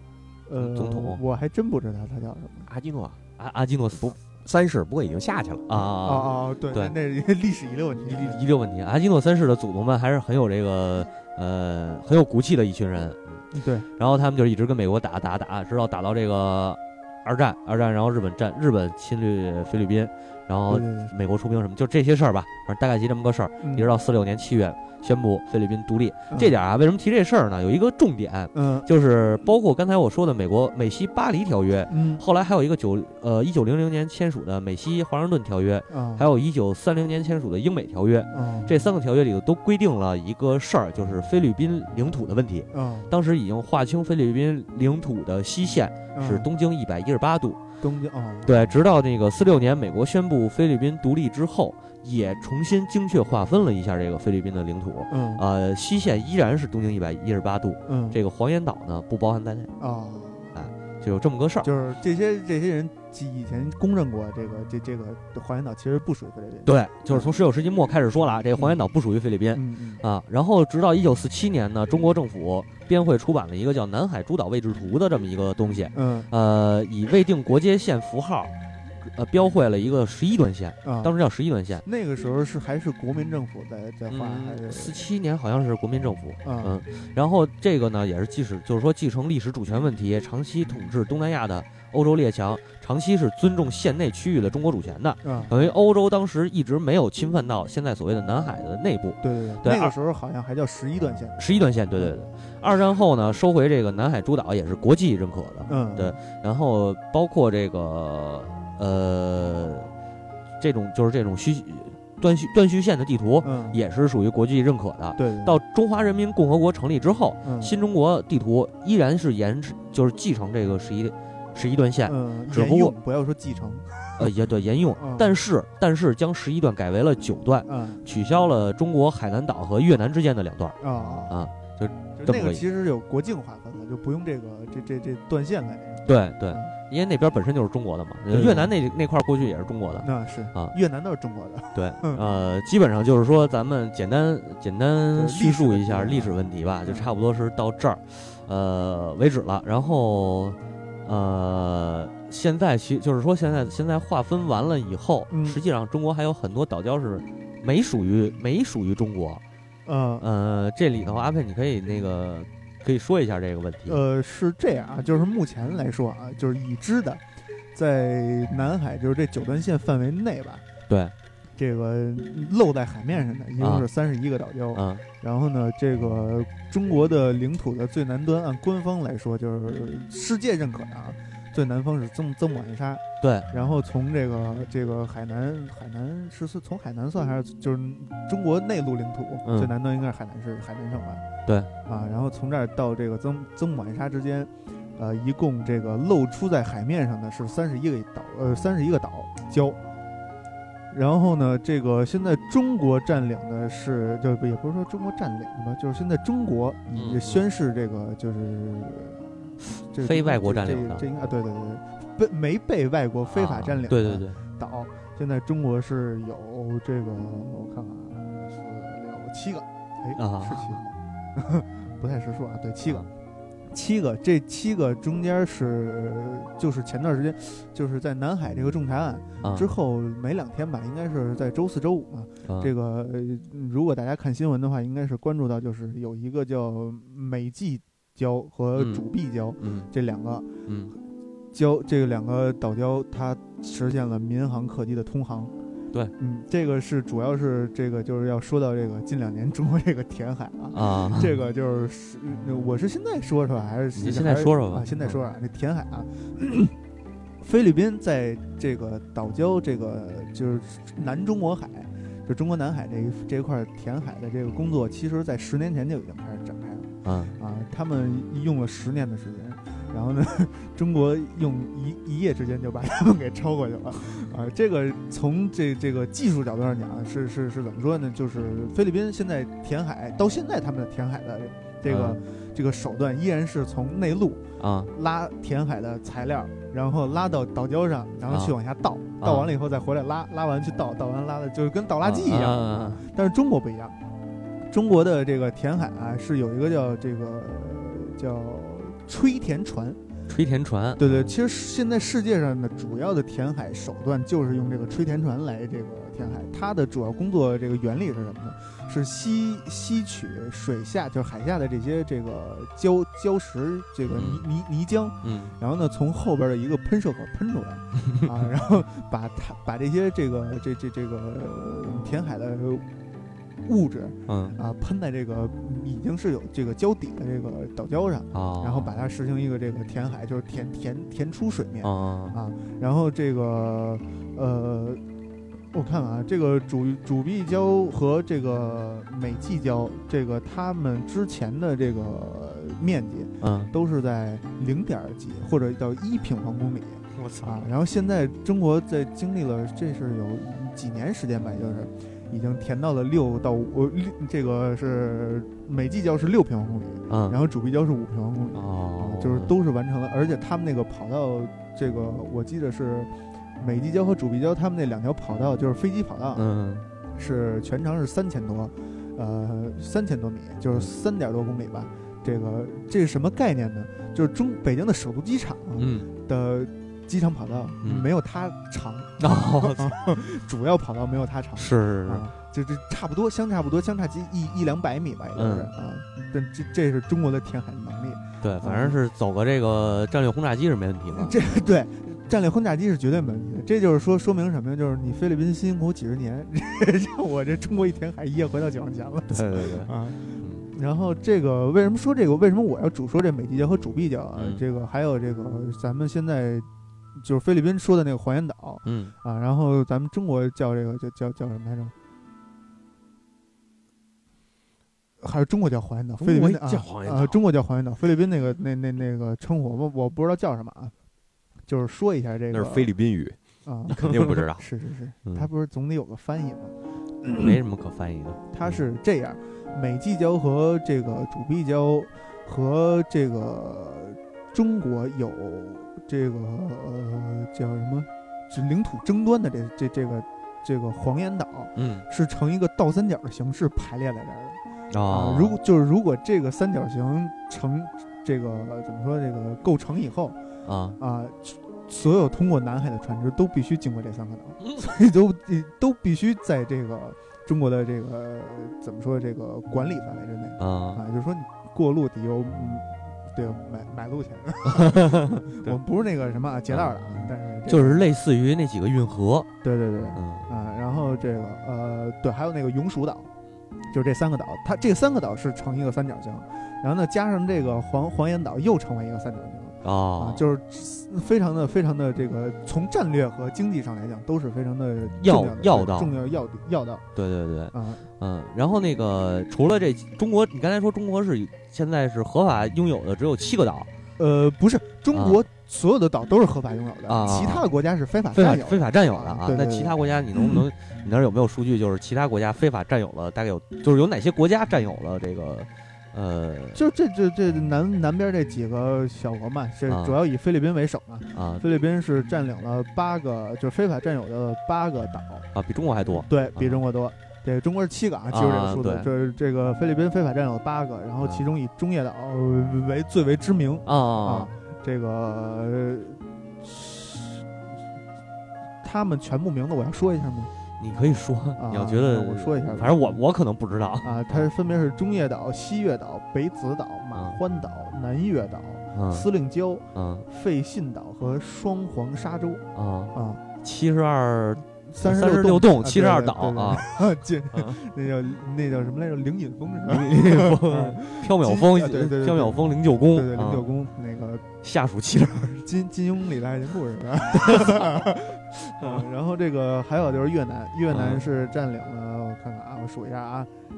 S1: 呃，
S2: 总统
S1: 我还真不知道他叫什么。
S3: 阿基诺
S2: 阿阿基诺斯
S3: 三世，不过已经下去了
S2: 啊
S1: 哦
S2: 啊啊
S1: 哦，对，
S2: 对
S1: 那那是历史遗留问
S2: 遗
S1: 题。
S2: 遗留问题，阿基诺三世的祖宗们还是很有这个呃很有骨气的一群人，
S1: 嗯对，
S2: 然后他们就一直跟美国打打打，直到打到这个二战，二战然后日本战日本侵略菲律宾，然后
S1: 对对对
S2: 美国出兵什么，就这些事儿吧，反正大概就这么个事儿，
S1: 嗯
S2: 一直到四六年七月宣布菲律宾独立。这点儿啊，为什么提这事儿呢？有一个重点，
S1: 嗯
S2: 就是包括刚才我说的美国美西巴黎条约，
S1: 嗯
S2: 后来还有一个九呃一九零零年签署的美西华盛顿条约，
S1: 啊，
S2: 还有一九三零年签署的英美条约。
S1: 啊
S2: 这三个条约里头都规定了一个事儿，就是菲律宾领土的问题。
S1: 啊
S2: 当时已经划清菲律宾领土的西线
S1: 嗯
S2: 是东经一百一十八度，
S1: 东京啊
S2: 对，直到那个四六年美国宣布菲律宾独立之后，也重新精确划分了一下这个菲律宾的领土。
S1: 嗯
S2: 呃，西线依然是东经一百一十八度，
S1: 嗯
S2: 这个黄岩岛呢不包含在内。
S1: 啊。
S2: 就有这么个事儿。
S1: 就是这些这些人以前公认过这个这这个黄岩岛其实不属于菲律宾，
S2: 对，就是从十九世纪末开始说了啊，这个黄岩岛不属于菲律宾
S1: 嗯嗯
S2: 啊。然后直到一九四七年呢，中国政府编会出版了一个叫《南海诸岛位置图》的这么一个东西，
S1: 嗯
S2: 呃，以未定国界线符号，呃，标绘了一个十一段线，
S1: 啊，
S2: 当时叫十一段线。
S1: 那个时候是还是国民政府在在画，还
S2: 嗯，四
S1: 是
S2: 七年好像是国民政府。
S1: 啊嗯
S2: 嗯，然后这个呢，也是继使就是说继承历史主权问题，长期统治东南亚的欧洲列强，长期是尊重县内区域的中国主权的。
S1: 嗯，
S2: 等于欧洲当时一直没有侵犯到现在所谓的南海的内部
S1: 对对对，
S2: 对
S1: 那
S2: 啊
S1: 个
S2: 二
S1: 时候好像还叫十一段线，
S2: 十一段线。对对对，二战后呢，收回这个南海诸岛也是国际认可的。
S1: 嗯
S2: 对然后包括这个呃，这种就是这种虚断续断续线的地图
S1: 嗯
S2: 也是属于国际认可的。
S1: 对对
S2: 到中华人民共和国成立之后，
S1: 嗯
S2: 新中国地图依然是沿就是继承这个十一十一段线，
S1: 嗯
S2: 只
S1: 沿
S2: 不过
S1: 用不要说继承，
S2: 呃也对沿用
S1: 嗯，
S2: 但是但是将十一段改为了九段。
S1: 嗯
S2: 取消了中国海南岛和越南之间的两段儿。
S1: 啊
S2: 啊就
S1: 就那
S2: 这么
S1: 个
S2: 个
S1: 其实有国境划分的，就不用这个这这这断线概念，
S2: 对对
S1: 嗯，
S2: 因为那边本身就是中国的嘛，呃
S1: 对
S2: 越南那那块儿过去也是中国的。
S1: 那是
S2: 啊
S1: 越南都是中国的，
S2: 对，
S1: 嗯
S2: 呃，基本上就是说，咱们简单简单
S1: 就是历史
S2: 叙述一
S1: 问
S2: 下
S1: 题啊
S2: 历史问题吧，
S1: 嗯
S2: 就差不多是到这儿，呃为止了。然后，呃，现在其就是说，现在现在划分完了以后，
S1: 嗯
S2: 实际上中国还有很多岛礁是没属于没属于中国。
S1: 嗯
S2: 呃，这里头阿佩，你可以那个可以说一下这个问题。
S1: 呃，是这样啊，就是目前来说啊，就是已知的，在南海就是这九段线范围内吧，
S2: 对，
S1: 这个露在海面上的一
S2: 啊
S1: 共是三十一个岛礁，
S2: 嗯
S1: 然后呢，这个中国的领土的最南端，按官方来说就是世界认可的啊，最南方是曾曾母暗沙，
S2: 对，
S1: 然后从这个这个海南海南是是从海南算还是就是中国内陆领土、
S2: 嗯
S1: 最南端应该是海南市海南省吧？
S2: 对
S1: 啊，然后从这儿到这个曾曾母暗沙之间，呃，一共这个露出在海面上的是三十一个岛，呃，三十一个岛礁。然后呢，这个现在中国占领的是，就也不是说中国占领了吧，就是现在中国
S3: 嗯
S1: 也
S3: 嗯
S1: 宣示这个就是这个
S2: 非外国占领
S1: 这
S2: 的
S1: 这这应该啊，对对对对，被没被外国非法
S2: 啊
S1: 占领、
S2: 对对对，
S1: 岛，现在中国是有这个，我看看啊，四六七个，哎，
S2: 啊
S1: 是七个吗， 不太识数啊，对，七个，七个，这七个中间是就是前段时间就是在南海这个仲裁案
S2: 啊，
S1: 之后没两天吧，应该是在周四周五嘛，
S2: 啊
S1: 这个呃如果大家看新闻的话，应该是关注到就是有一个叫美济礁和
S2: 嗯
S1: 主碧礁、
S2: 嗯
S1: 这两个
S2: 嗯，
S1: 礁这两个岛礁，它实现了民航客机的通航。
S2: 对，
S1: 嗯，这个是主要是这个就是要说到这个近两年中国这个填海啊，
S2: 啊，
S1: 这个就是嗯我是现在说说还是
S2: 你现在说说吧
S1: 啊？现在说说啊，这填海啊， 菲律宾在这个岛礁这个就是南中国海，就中国南海这一这一块填海的这个工作，其实在十年前就已经开始展开了。
S2: 啊
S1: 啊，他们用了十年的时间，然后呢， 中国用一一夜之间就把他们给超过去了，啊，这个从这这个技术角度上讲，是是是怎么说呢？就是菲律宾现在填海到现在，他们的填海的这个、
S2: 嗯
S1: 这个手段依然是从内陆
S2: 啊
S1: 拉填海的材料，然后拉到岛礁上，然后去
S2: 啊
S1: 往下倒，
S2: 啊
S1: 倒完了以后再回来拉，拉完去倒，倒完拉的就是跟倒垃圾一样。
S2: 啊啊啊啊
S1: 但是中国不一样，中国的这个填海啊是有一个叫这个叫吹填船，
S2: 吹田船，
S1: 对对，其实现在世界上的主要的填海手段就是用这个吹填船来这个填海，它的主要工作这个原理是什么呢？是吸吸取水下就是海下的这些这个礁礁石这个泥泥泥浆，
S2: 嗯
S1: 然后呢，从后边的一个喷射口喷出来， 啊，然后把它把这些这个这这这个呃填海的物质
S2: 嗯
S1: 啊喷在这个已经是有这个礁底的这个岛礁上，
S2: 啊，
S1: 然后把它实行一个这个填海，就是填填填出水面。
S2: 啊
S1: 然后这个呃，我看看啊，这个主主碧礁和这个美济礁，这个他们之前的这个面积
S2: 嗯
S1: 都是在零点几或者到一平方公里
S2: 嗯
S3: 我操
S1: 啊。然后现在中国在经历了这是有几年时间吧，也就是已经填到了六到五，呃六这个是美济礁是六平方公里，
S2: 嗯，
S1: 然后主碧礁是五平方公里，
S2: 哦，
S1: 就是都是完成了。而且他们那个跑道，这个我记得是美济礁和主碧礁他们那两条跑道，就是飞机跑道，
S2: 嗯
S1: 是全长是三千多，呃，三千多米，就是三点多公里吧。这个这是什么概念呢？就是中北京的首都机场啊
S2: 嗯，
S1: 的机场跑道
S2: 嗯
S1: 没有它长，
S2: 哦，
S1: 主要跑道没有它长
S2: 是是是，
S1: 啊，就这差不多，相差不多，相差几一一两百米吧，也就是
S2: 嗯
S1: 啊。但这这是中国的填海能力，
S2: 对，反正是走个这个战略轰炸机是没问题嘛，
S1: 嗯这 对战略轰炸机是绝对没问题的。这就是说说明什么呀？就是你菲律宾辛辛苦苦几十年，让我这 中国一填海，一夜回到解放前了
S2: 对对对，
S1: 啊。
S2: 嗯
S1: 然后这个为什么说这个？为什么我要主说这美济礁和主碧礁啊？
S2: 嗯
S1: 这个还有这个咱们现在就是菲律宾说的那个黄岩岛
S2: 嗯，
S1: 啊，然后咱们中国叫这个叫叫叫什么来着？还是中国叫黄岩岛，菲律宾的啊
S3: 叫黄岩
S1: 呃，中国叫黄岩岛，菲律宾那个那那那个称呼，我我不知道叫什么啊，就是说一下这
S3: 那
S1: 个
S3: 是菲律宾语，
S1: 啊，。
S3: 你肯定不知道
S1: 是是是，
S2: 嗯
S1: 它不是总得有个翻译吗？
S2: 没什么可翻译的，嗯
S1: 它是这样，美济礁和这个主碧礁和这个中国有这个呃叫什么，就领土争端的这这这个这个黄岩岛
S2: 嗯
S1: 是呈一个倒三角的形式排列在这儿的。
S2: 啊，
S1: 如果就是如果这个三角形成这个怎么说这个构成以后
S2: 啊
S1: 啊、所有通过南海的船只都必须经过这三个岛， 所以都都必须在这个中国的这个怎么说这个管理范围之内
S2: 啊
S1: 啊，就是说你过路得有嗯对买买路钱， 我们不是那个什么啊劫道的啊，但是这个、
S2: 嗯就是类似于那几个运河，
S1: 对对对。
S2: 嗯
S1: 啊，然后这个呃，对，还有那个永暑岛，就是这三个岛，它这三个岛是成一个三角形，然后呢，加上这个黄黄岩岛又成为一个三角形啊
S2: 啊，，
S1: 就是非常的非常的这个从战略和经济上来讲都是非常的
S2: 要
S1: 重的
S2: 要
S1: 对
S2: 道
S1: 重要要地要道
S2: 对对对，
S1: 啊，
S2: 嗯，然后那个除了这中国，你刚才说中国是现在是合法拥有的只有七个岛，
S1: 呃，不是，中
S2: 啊
S1: 国所有的岛都是合法拥有的，
S2: 啊
S1: 其他的国家是非法
S2: 非法
S1: 占有的
S2: 非法占有了啊
S1: 对？对
S2: 那
S1: 对
S2: 其他国家你能不能，你那儿有没有数据？就是其他国家非法占有了大概有，就是有哪些国家占有了这个，呃
S1: 就这这这南南边这几个小国嘛，是
S2: 啊
S1: 主要以菲律宾为首嘛。
S2: 啊
S1: 菲律宾是占领了八个，就是非法占有的八个岛，
S2: 啊，比中国还多
S1: 对比中国多。对，中国是七个啊，记住这个数字
S2: 啊。
S1: 这、是这个菲律宾非法占有八个，然后
S2: 啊
S1: 其中以中业岛为最为知名
S2: 啊
S1: 这个、呃他们全部名字我要说一下吗？
S2: 你可以说，
S1: 啊
S2: 你要觉得
S1: 那我说一下吧
S2: 反正我我可能不知道，
S1: 啊，它分别是中业岛、西月岛、北子岛、马
S2: 啊
S1: 欢岛、南月岛、
S2: 嗯
S1: 司令礁、
S2: 嗯
S1: 费信岛和双黄沙洲
S2: 啊，
S1: 啊。
S2: 七十二
S1: 三
S2: 十
S1: 六
S2: 洞，
S1: 啊
S2: 七十二岛，
S1: 对
S2: 啊，
S1: 对对这
S2: 啊
S1: 那叫那叫什么来着？灵隐峰是吧？
S2: 风 缥缈啊峰，
S1: 对对对对
S2: 缥缈峰灵鹫
S1: 对
S2: 宫
S1: 对，灵
S2: 啊
S1: 鹫宫那个
S2: 下属七十二
S1: 金金庸里的爱情故事。啊 嗯，然后这个还有就是越南，越南
S2: 嗯
S1: 是占领了，我看看啊，我数一下啊，嗯，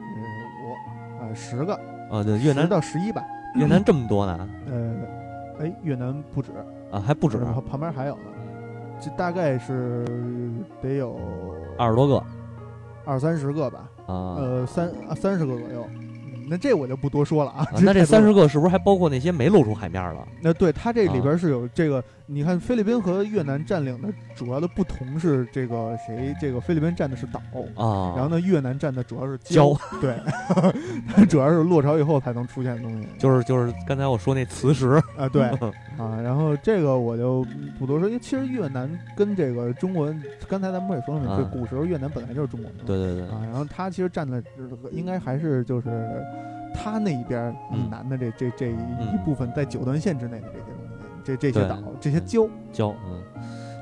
S1: 我啊十个，
S2: 啊，对越
S1: 10
S2: 南
S1: 到十一吧，
S2: 越南这么多呢
S1: 呃，哎，越南不止，
S2: 啊，还不止
S1: 然后旁边还有呢，这大概是得有
S2: 二十多个
S1: 二三十个吧，
S2: 啊。
S1: 呃，三啊三十个左右。嗯那这我就不多说了啊
S2: 啊，那这
S1: 太多
S2: 三
S1: 了
S2: 十个是不是还包括那些没露出海面了？
S1: 那对它这
S2: 啊
S1: 里边是有这个，你看菲律宾和越南占领的主要的不同是这个谁？这个菲律宾占的是岛，
S2: 啊，
S1: 然后呢越南占的主要是
S2: 礁，
S1: 对， 主要是落潮以后才能出现的东西
S2: 就是就是刚才我说那磁石，
S1: 啊， 对啊，然后这个我就不多说，因为其实越南跟这个中国，刚才咱们不也说了吗？
S2: 啊
S1: 这古时候越南本来就是中国的嘛，
S2: 对对对
S1: 啊，然后它其实占的应该还是就是它那一边儿以
S2: 嗯
S1: 南的这这这一
S2: 嗯
S1: 部分在九段线之内的这些东西，这这些
S2: 对
S1: 岛这些
S2: 嗯
S1: 礁。
S2: 礁，嗯，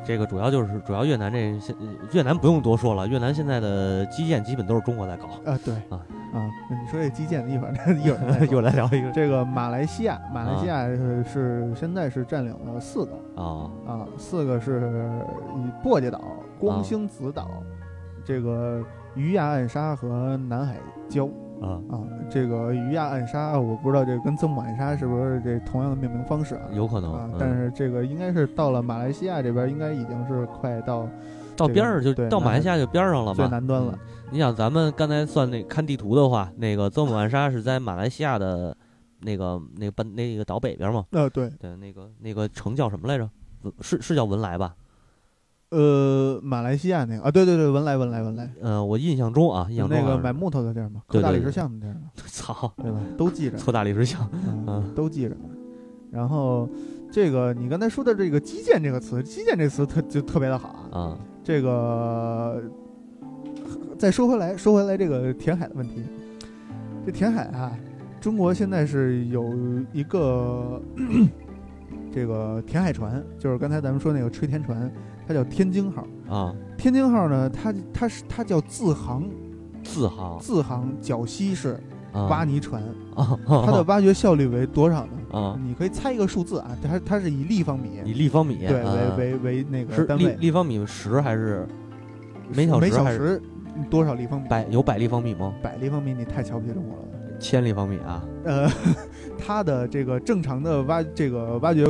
S2: 这个主要就是主要越南这现越南不用多说了，越南现在的基建基本都是中国 在搞。
S1: 啊，对
S2: 啊
S1: 啊，那你说这基建，一会儿 一会儿再
S2: 又
S1: 说啊
S2: 来聊一个
S1: 这个马来西亚，马来西亚是是现在是占领了四个
S2: 啊
S1: 啊，四个是以簸箕岛、光兴子岛、这个鱼亚暗沙和南海礁
S2: 啊，
S1: 啊。这个鱼亚暗沙，我不知道这跟曾母暗沙是不是这同样的命名方式啊？
S2: 有可能，
S1: 啊
S2: 嗯，
S1: 但是这个应该是到了马来西亚这边，应该已经是快到
S2: 到
S1: 这个
S2: 边儿就
S1: 对
S2: 到马来西亚就边儿上了
S1: 最
S2: 嘛，
S1: 南端了
S2: 嗯。你想，咱们刚才算那看地图的话，那个曾母暗沙是在马来西亚的那个那个半那个岛北边嘛？
S1: 呃，对，
S2: 对，那个那个城叫什么来着？文是是叫文莱吧？
S1: 呃，马来西亚那个啊，对对对，文莱文莱文莱，
S2: 呃，我印象中啊，印象中
S1: 那
S2: 好
S1: 个
S2: 像
S1: 买木头的地儿嘛，
S2: 对
S1: 刻大
S2: 对
S1: 理石
S2: 对
S1: 像的地儿嘛，
S2: 是 操，
S1: 对吧？都记着，
S2: 错大理石像
S1: 嗯
S2: 嗯，
S1: 都记着。然后这个你刚才说的这个“基建”这个词，“基建”这词特就特别的好啊。
S2: 啊
S1: 这个再说回来，说回来这个填海的问题，这填海啊，中国现在是有一个这个填海船，就是刚才咱们说那个吹填船，它叫天津号。
S2: 啊，
S1: 天津号呢，它它是它叫自航
S2: 字号
S1: 自航绞吸式
S2: 啊
S1: 挖泥船，
S2: 啊，
S1: 它的挖掘效率为多少呢？
S2: 啊，
S1: 你可以猜一个数字啊，它它是以立方米
S2: 以立方米
S1: 对为
S2: 啊
S1: 为为那
S2: 是
S1: 个单
S2: 立
S1: 位，
S2: 立方米十还是每小
S1: 每
S2: 时
S1: 小
S2: 还是
S1: 时多少立方米？
S2: 百有百立方米吗？
S1: 百立方米，你太瞧不起中国了。
S2: 千立方米啊
S1: 呃， 它的这个正常的挖这个挖掘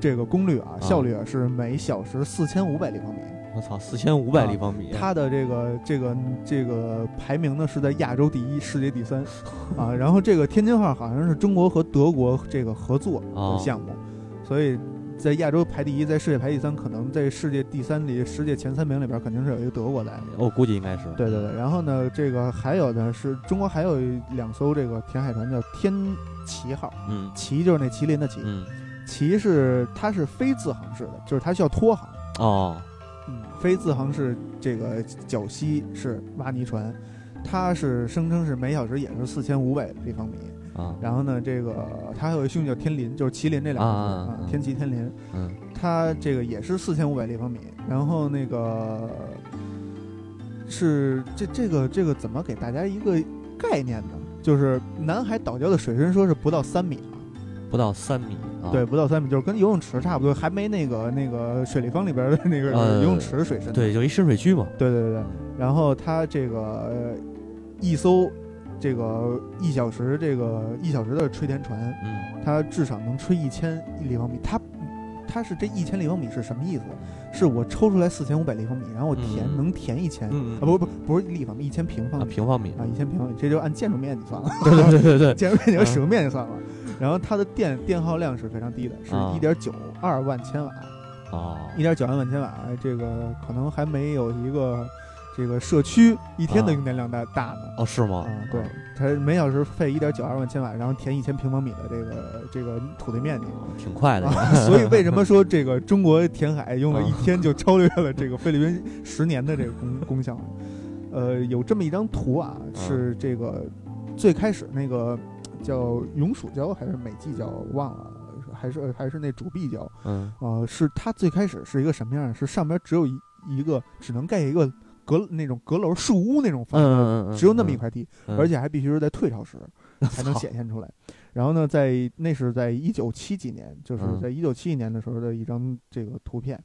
S1: 这个功率啊，
S2: 啊
S1: 效率啊是每小时四千五百立方米。
S2: 我操，四千五百立方米，
S1: 啊
S2: 啊
S1: 它的这个这个这个排名呢是在亚洲第一，世界第 三啊。然后这个天津号好像是中国和德国这个合作的项
S2: 哦
S1: 目，所以在亚洲排第一，在世界排第三，可能在世界第三里，世界前三名里边肯定是有一个德国在的。
S2: 我估计应该是
S1: 对对对，然后呢，这个还有呢是中国还有两艘这个填海船叫天麒号，
S2: 嗯
S1: 麒就是那麒麟的麒，
S2: 嗯
S1: 麒是它是非自航式的，就是它需要拖航。
S2: 哦
S1: 嗯，非自航式这个绞吸式挖泥船，它是声称是每小时也是四千五百立方米。
S2: 啊
S1: 然后呢，这个它还有一兄弟叫天麟，就是麒麟这两个字
S2: 啊啊啊
S1: 天麒天麟，
S2: 嗯
S1: 它这个也是四千五百立方米。然后那个是这这个这个怎么给大家一个概念呢？就是南海岛礁的水深说是不到三米啊，
S2: 不到三米啊
S1: 对，不到三米，就是跟游泳池差不多，还没那个那个水立方里边的那个
S2: 呃
S1: 游泳池水深。
S2: 对，就一深水区嘛
S1: 对对对对。然后它这个呃一艘这个一小时这个一小时的吹田船，
S2: 嗯
S1: 它至少能吹一千立方米。它它是这一千立方米是什么意思？是我抽出来四千五百立方米，然后我填、
S2: 嗯
S1: 能填一千、
S2: 嗯
S1: 啊，不不不是立方米，一千平方
S2: 啊
S1: 米
S2: 平方米，
S1: 啊，一千平方米，这就按建筑面积算了，
S2: 对对对对对，
S1: 建筑面积和使用面积算了。然后它的电电耗量是非常低的，是
S2: 啊
S1: 一点九二万千瓦，
S2: 哦
S1: 一点九二万千瓦，这个可能还没有一个这个社区一天的
S2: 啊
S1: 用电量大大呢。
S2: 哦是吗？
S1: 啊，对，它每小时费一点九二万千瓦，然后填一千平方米的这个这个土地面积。
S2: 哦，挺快的，
S1: 啊， 所以为什么说这个中国填海用了一天就 超越了这个菲律宾十年的这个功功效？呃，有这么一张图啊，是这个最开始那个叫永暑礁还是美济礁，我忘了，还是还是那主碧礁，
S2: 嗯
S1: 呃，是它最开始是一个什么样？是上边只有一一个只能盖一个阁那种阁楼树屋那种
S2: 嗯
S1: 房子，
S2: 嗯嗯，
S1: 只有那么一块地，
S2: 嗯，
S1: 而
S2: 且
S1: 且还必须是在退潮 时才能显现出来。然后呢，在那是在一九七几年，就是
S2: 嗯
S1: 在一九七几年的时候的一张这个图片。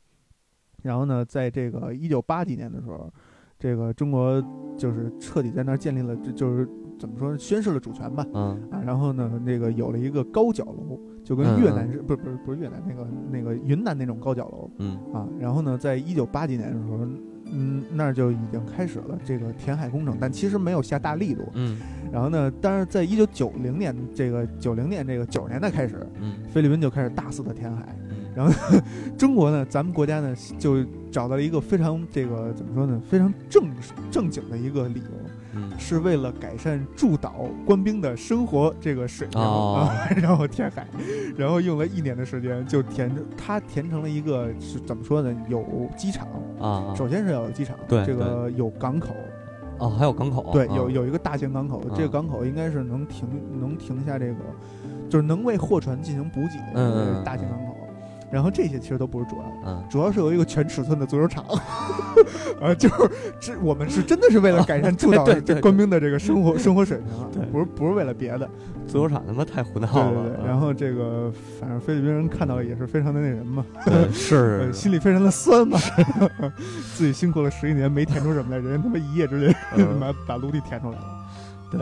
S1: 然后呢，在这个一九八几年的时候，这个中国就是彻底在那儿建立了，就就是怎么说，宣示了主权吧。
S2: 嗯
S1: 啊，然后呢，那个有了一个高脚楼，就跟
S2: 嗯
S1: 越
S2: 嗯
S1: 南是、不是不是不是越南那个那个云南那种高脚楼，
S2: 嗯
S1: 啊，然后呢，在一九八几年的时候，嗯，那儿就已经开始了这个填海工程，但其实没有下大力度。
S2: 嗯
S1: 然后呢，但是在一九九零年这个九零年这个九十年代开始，
S2: 嗯
S1: 菲律宾就开始大肆的填海。
S2: 嗯
S1: 中国呢，咱们国家呢就找到了一个非常这个怎么说呢，非常正正经的一个理由，
S2: 嗯，
S1: 是为了改善驻岛官兵的生活这个水平、
S2: 哦
S1: 啊， 然后填海，然后用了一年的时间就填，它填成了一个是怎么说呢，有机场。
S2: 啊
S1: 首先是要有机场，
S2: 对
S1: 这个有港口，
S2: 哦还有港口，
S1: 对，
S2: 嗯
S1: 有有一个大型港口，
S2: 啊
S1: 这个港口应该是能停能停下这个，就是能为货船进行补给的
S2: 嗯嗯
S1: 这个大型港口。然后这些其实都不是主要的，
S2: 嗯
S1: 主要是有一个全尺寸的足球场， 啊，就是这我们是真的是为了改善驻岛
S2: 哦对对对
S1: 这官兵的这个生 活生活水平啊
S2: 对，
S1: 不是不是为了别的，
S2: 足球场他妈太胡闹
S1: 对对，
S2: 了
S1: 对。
S2: 嗯
S1: 然后这个反正菲律宾人看到了也是非常的那什么嘛，
S2: 对是啊
S1: 呃，心里非常的酸嘛， 自己辛苦了十一年没填出什么来，人家他妈一夜之间
S2: 嗯
S1: 把把陆地填出来了。
S2: 对，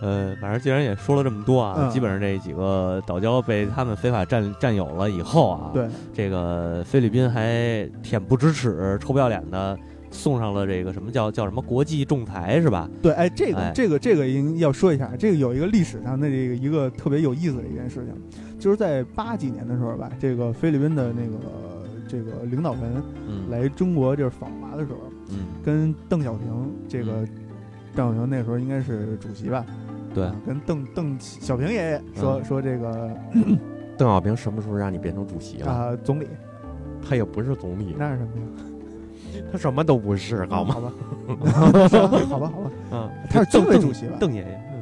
S2: 呃，反正既然也说了这么多啊，
S1: 嗯
S2: 基本上这几个岛礁被他们非法占占有了以后啊，，
S1: 对，
S2: 这个菲律宾还恬不知耻、臭不要脸的送上了这个什么叫叫什么国际仲裁是吧？
S1: 对，哎，这个、
S2: 哎
S1: 这个这个应要说一下，啊这个有一个历史上的这个一个特别有意思的一件事情，就是在八几年的时候吧，这个菲律宾的那个这个领导人
S2: 嗯，
S1: 来中国就是访华的时候，
S2: 嗯，
S1: 跟邓小平这个邓小平那时候应该是主席吧，
S2: 对嗯
S1: 啊，跟邓邓小平爷爷说、说这个
S3: 邓小平什么时候让你变成主席了？
S1: 啊、总理
S3: 他也不是总理，
S1: 那是什么呀？
S3: 他什么都不是，好吗？
S1: 好吧，好吧，好吧，好吧，
S2: 嗯，
S1: 他是军委主席吧？
S2: 邓爷爷，嗯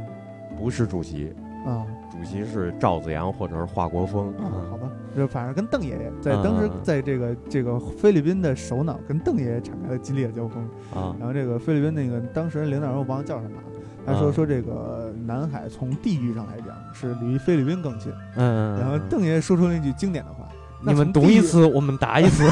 S3: 不是主席，
S1: 啊
S3: 主席是赵子阳或者是华国锋。
S1: 啊，好吧，就反正跟邓爷爷在
S2: 嗯
S1: 当时
S2: 嗯嗯
S1: 在这个这个菲律宾的首脑跟邓爷爷展开了激烈的交锋，
S2: 啊，
S1: 然后这个菲律宾那个当时领导人我忘了叫什么了，他说
S2: 嗯
S1: 说这个南海从地域上来讲是离菲律宾更近，
S2: 嗯嗯，
S1: 然后
S2: 嗯
S1: 邓爷爷说出那句经典的话，那
S2: 你们
S1: 从
S2: 读
S1: 地
S2: 一
S1: 域
S2: 次，我们答一次，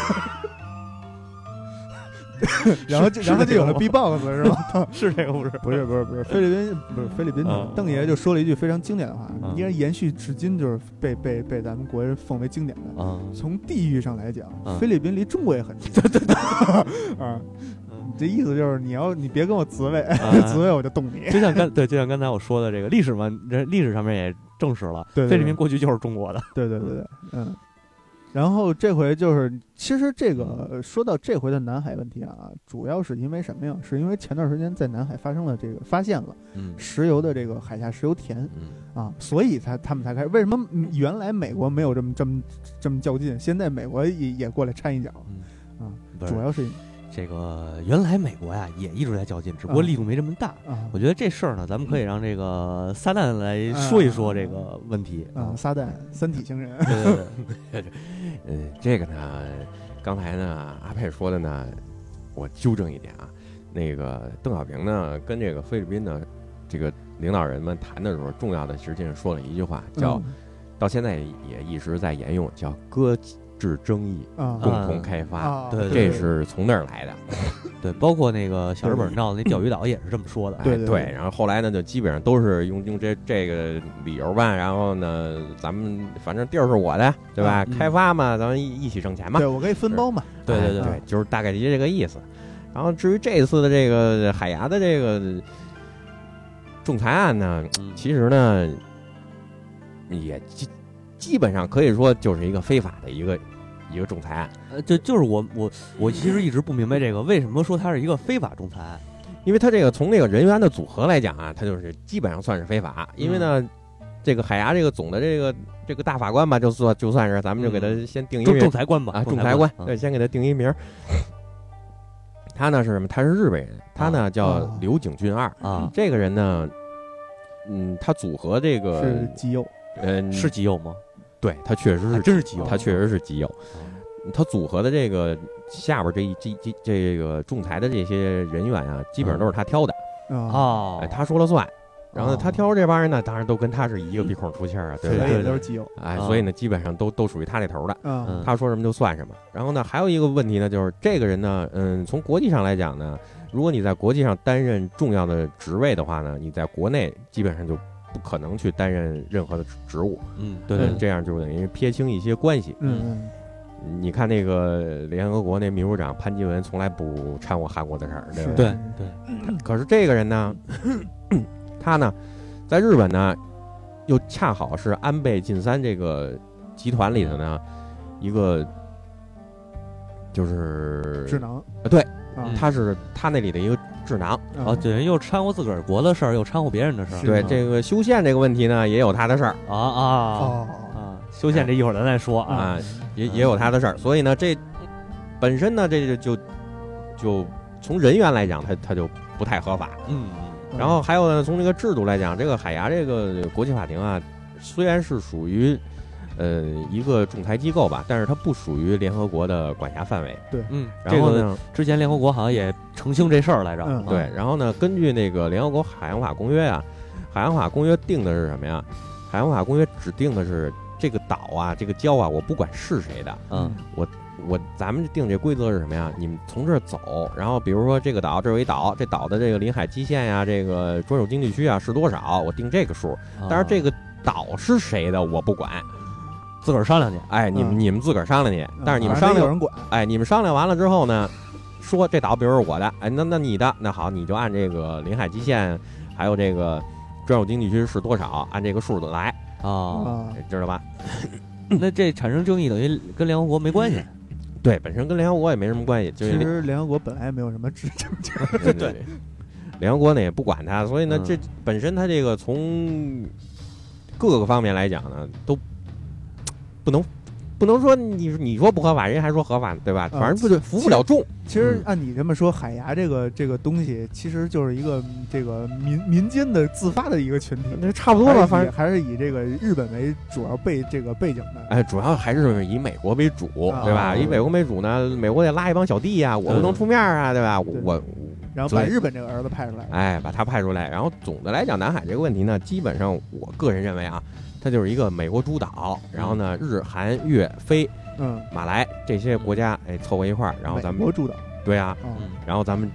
S1: 然后就是然后
S2: 这
S1: 就有
S2: 个
S1: 了
S2: 吗
S1: B-box 是吧？
S2: 是这个不是？
S1: 不是不是不是菲律宾不是菲律宾
S2: 嗯
S1: 邓爷爷就说了一句非常经典的话，
S2: 嗯
S1: 依然延续至今，就是被被被咱们国人奉为经典的。
S2: 啊，
S1: 从地域上来讲，
S2: 嗯
S1: 菲律宾离中国也很近。对对对， 啊，
S2: 嗯
S1: 这意思就是你要你别跟我自卫，
S2: 啊
S1: 自卫我就动你。
S2: 就像刚对，就像刚才我说的这个历史嘛，这历史上面也证实了，
S1: 对对
S2: 菲律
S1: 对
S2: 宾过去就是中国的。
S1: 对对对对，嗯。然后这回就是，其实这个呃说到这回的南海问题啊，主要是因为什么呀？是因为前段时间在南海发生了这个发现了
S2: 嗯
S1: 石油的这个海下石油田
S3: 嗯，
S1: 啊，所以才他们才开始。为什么嗯原来美国没有这么这么这么较劲，现在美国也也过来掺一脚？
S2: 不
S1: 主
S2: 是
S1: 要是
S2: 这个，原来美国呀也一直在较劲，只不过
S1: 嗯
S2: 力度没这么大。
S1: 啊
S2: 我觉得这事儿呢，咱们可以让这个撒旦来说一说这个问题
S1: 啊，撒旦三体星人。嗯
S2: 对对对，
S3: 呃，这个呢，刚才呢阿佩说的呢，我纠正一点啊，那个邓小平呢跟这个菲律宾呢这个领导人们谈的时候，重要的实际上说了一句话，叫、
S1: 嗯
S3: 到现在也一直在沿用，叫“搁制争议，
S1: 啊
S3: 共同开发，
S1: 啊，
S2: 对
S3: 这是从那儿来的。
S2: 对，包括那个小日本闹的那钓鱼岛也是这么说的。
S1: 对
S3: 哎
S1: 对对
S3: 然后后来呢，就基本上都是用用这这个理由吧。然后呢，咱们反正地儿是我的，对
S1: 啊
S3: 吧？
S2: 嗯
S3: 开发嘛，咱们一一起挣钱嘛。
S1: 对我可以分包嘛，
S2: 对对
S3: 哎
S2: 对
S1: 对
S3: 对，就是大概就这个意思。然后至于这次的这个海牙的这个仲裁案呢，
S2: 嗯
S3: 其实呢，也基基本上可以说就是一个非法的一个一个仲裁案，
S2: 呃，就就是我我我其实一直不明白这个为什么说它是一个非法仲裁。
S3: 因为它这个从这个人员的组合来讲啊，它就是基本上算是非法，因为
S2: 嗯
S3: 呢，这个海牙这个总的这个这个大法官吧，就算就算是咱们就给他先定
S2: 嗯
S3: 一
S2: 仲
S3: 个
S2: 仲裁官吧，
S3: 啊，仲
S2: 仲
S3: 裁官，
S2: 啊
S3: 对，先给他定一名儿。他呢是什么？他是日本人，他呢叫
S1: 哦
S3: 刘景俊二。
S2: 啊，
S3: 这个人呢，嗯，他组合这个
S1: 是，极右，
S3: 嗯，
S2: 是极右吗？啊
S3: 对他确实
S2: 还
S3: 是，
S2: 真是极右，
S3: 他确实是极右。他组合的这个下边这一这这这个仲裁的这些人员啊，基本上都是他挑的，
S1: 啊，
S2: 啊
S3: 哎，，他说了算。然后
S2: 哦
S3: 他挑这帮人呢，当然都跟他是一个鼻孔出气儿啊，对
S1: 所
S3: 不
S2: 对
S1: 以
S3: 对？
S1: 也都是极右，
S3: 哎，
S2: 啊
S3: 所以呢，基本上都都属于他那头的。
S1: 啊
S2: 嗯
S3: 他说什么就算什么。然后呢，还有一个问题呢，就是这个人呢，嗯，从国际上来讲呢，如果你在国际上担任重要的职位的话呢，你在国内基本上就不可能去担任任何的职职务，
S2: 嗯，对对
S1: 嗯
S2: 对，
S3: 这样就等于撇清一些关系。
S1: 嗯
S3: 你看那个联合国那秘书长潘基文从来不掺和韩国的事儿，对吧？
S1: 是
S2: 对对，
S3: 可是这个人呢，他呢，在日本呢，又恰好是安倍晋三这个集团里头呢一个，就是
S1: 嗯，智囊
S3: 啊对，
S1: 啊
S2: 嗯
S3: 他是他那里的一个智囊。
S2: 啊，
S1: 哦
S2: 对，又掺和自个儿国的事儿，又掺和别人的事儿，
S1: 是
S3: 对
S1: 吗
S3: 这个修宪这个问题呢，也有他的事儿，
S2: 啊啊
S1: 哦
S2: 啊！修宪这一会儿咱再说啊，
S3: 啊，也
S2: 嗯
S3: 也有他的事儿。所以呢，这本身呢，这就就就从人员来讲，他他就不太合法。
S2: 嗯，
S3: 然后还有呢，从这个制度来讲，这个海牙这个国际法庭啊，虽然是属于呃一个仲裁机构吧，但是它不属于联合国的管辖范围。
S2: 嗯，这
S3: 然后
S2: 个
S3: 呢，
S2: 之前联合国好像也澄清这事儿来着，
S1: 嗯
S2: 啊
S3: 对，然后呢，根据那个联合国海洋法公约啊，海洋法公约定的是什么呀？海洋法公约指定的是这个岛啊，这个礁啊，我不管是谁的，
S2: 嗯
S3: 我咱们定这规则是什么呀？你们从这儿走，然后比如说这个岛，这有一岛，这岛的这个临海基线呀、这个专属经济区啊是多少，我定这个数。但
S1: 哦
S3: 是这
S2: 个
S3: 个岛是谁的我不管，
S2: 自个儿商量去，
S3: 哎，你们、
S1: 嗯
S3: 你们自个儿商量去。但是你们
S1: 反
S3: 商
S1: 正有
S3: 量，
S1: 人管，
S3: 哎，你们商量完了之后呢，说这岛比如是我的，哎，那那你的，那好，你就按这个临海基线，还有这个专有经济区是多少，按这个数来，
S2: 啊，
S1: 啊，
S3: 知道吧？
S2: 那这产生争议等于跟联合国没关系，
S3: 嗯对，本身跟联合国也没什么关系，就
S1: 其
S3: 是
S1: 实联合国本来也没有什么执政权，
S3: 对 对，联合国呢也不管它，所以呢，
S2: 嗯
S3: 这本身它这个从各个方面来讲呢，都不能不能说你你说不合法，人家还说合法，对吧？
S1: 嗯
S3: 反正不就服不了众，
S1: 其
S3: 嗯
S1: 实按你这么说，海牙这个这个东西，其实就是一个嗯这个民民间的自发的一个群体，
S3: 那差不多
S1: 还是以
S3: 吧，反正。
S1: 还是以这个日本为主要背这个背景的，
S3: 哎，主要还是以美国为主，
S1: 啊
S3: 对吧？嗯以美国为主呢，美国得拉一帮小弟呀、我不能出面啊，对吧？
S1: 对
S3: 我
S1: 然后把日本这个儿子派出来，
S3: 哎，把他派出来。然后总的来讲，南海这个问题呢，基本上我个人认为啊，它就是一个美国主导，然后呢，日韩越非
S1: 嗯，
S3: 马来这些国家哎凑合一块儿，然后咱
S1: 美国
S3: 们
S1: 主导，
S3: 对啊，
S1: 嗯，
S3: 然后咱们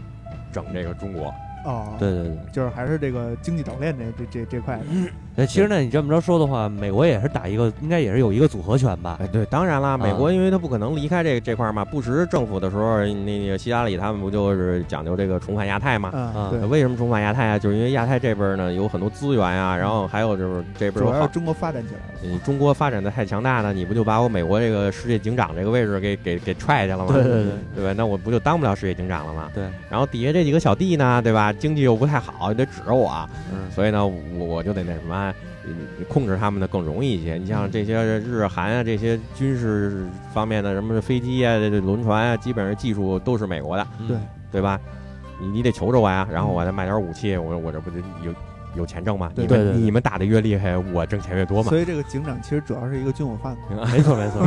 S3: 整这个中国，
S1: 哦，，
S2: 对对对。
S1: 就是还是这个经济岛链这这这这块的，
S3: 嗯
S2: 那哎其实呢，你这么着说的话，美国也是打一个，应该也是有一个组合拳吧？
S3: 哎，对，当然啦，美国因为它不可能离开这这块儿嘛，布什政府的时候，那个希拉里他们不就是讲究这个重返亚太嘛？
S1: 嗯，
S2: 啊
S1: 对，
S3: 为什么重返亚太啊？就是因为亚太这边呢有很多资源啊，然后还有就是这边
S1: 主
S3: 有
S1: 要
S3: 好
S1: 是，中国发展起来了，
S3: 你中国发展的太强大了，你不就把我美国这个世界警长这个位置给给给踹下了吗？
S2: 对对对，
S3: 对吧？那我不就当不了世界警长了吗？
S2: 对。
S3: 然后底下这几个小弟呢，对吧？经济又不太好，得指着我，啊
S2: 嗯
S3: 所以呢，我我就得那什么，嗯控制他们呢更容易一些。你
S2: 嗯
S3: 像这些日韩啊，这些军事方面的什么飞机啊、这这轮船啊，基本上技术都是美国的，
S2: 嗯
S1: 对
S3: 对吧？你你得求着我呀，然后我再卖点武器，我我这不就有有钱挣嘛，
S1: 对
S3: 你
S2: 对对
S3: 们
S2: 对
S3: 你们打的越厉害，我挣钱越多嘛。
S1: 所以这个警长其实主要是一个军火贩子。
S2: 没错没错，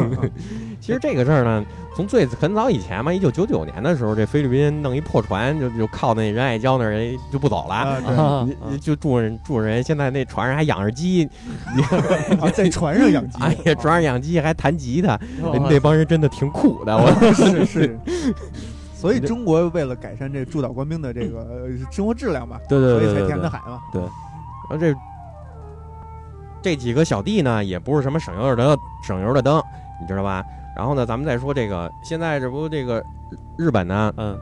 S3: 其实这个事儿呢，从最很早以前嘛，一九九九年的时候，这菲律宾弄一破船，就就靠那仁爱礁那儿人就不走了，
S1: 啊对
S2: 啊
S3: 你
S2: 啊
S3: 你就住人住人，现在那船上还养着鸡，你
S1: 啊，在船上养鸡，啊
S3: 哎 呀，船上养鸡还弹吉他，
S2: 哦
S3: 那帮人真的挺苦的。我
S1: 啊是是。 所以中国为了改善这驻岛官兵的这个呃生活质量嘛，
S2: 对对
S1: 所以
S2: 对
S1: 才
S2: 对
S1: 填的
S2: 对，
S1: 海嘛。
S3: 然后这这几个小弟呢，也不是什么省油的灯，省油的灯，你知道吧？然后呢，咱们再说这个，现在这不这个日本呢，
S2: 嗯，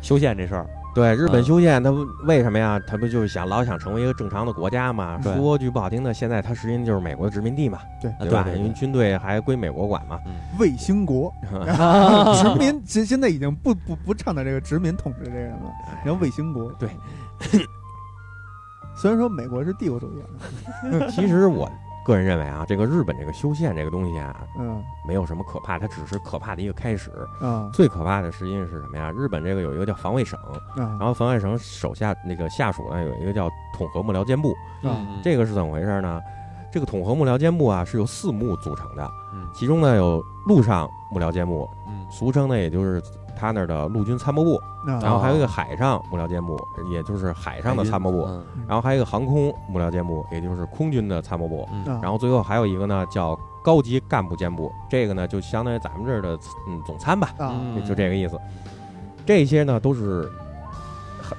S2: 修宪这事儿，
S3: 对日
S2: 嗯
S3: 本修宪，他不为什么呀？他不就是想老想成为一个正常的国家嘛？
S2: 对
S3: 说句不好听的，现在他实际就是美国的殖民地嘛，
S1: 对
S2: 啊
S3: 吧？
S2: 对对对
S3: 因为军队还归美 国管嘛。
S1: 卫星 国啊殖民，其实现在已经不不不倡导这个殖民统治这个人了，然后卫星国。
S3: 哎对，
S1: 虽然说美国是帝国主义啊，
S3: 其实我个人认为啊，这个日本这个修宪这个东西啊，
S1: 嗯
S3: 没有什么可怕，它只是可怕的一个开始。
S1: 啊
S3: 最可怕的实际上是什么呀？日本这个有一个叫防卫省，然
S1: 啊
S3: 后防卫省手下那个下属呢有一个叫统合幕僚监部，
S2: 嗯
S1: 啊
S3: 这个是怎么回事呢？这个统合幕僚监部啊是由四幕组成的
S2: 嗯，
S3: 其中呢有陆上幕僚监部，
S2: 嗯
S3: 俗称呢也就是他那儿的陆军参谋部，
S1: 哦啊
S3: 然后还有一个海上幕僚监部，也就是海上的参谋部，
S2: 嗯
S3: 然后还有一个航空幕僚监部，也就是空军的参谋部，
S2: 嗯
S3: 然后最后还有一个呢叫高级干部监部，这个呢就相当于咱们这儿的嗯总参吧。
S1: 啊
S2: 嗯
S3: 就这个意思。这些呢都是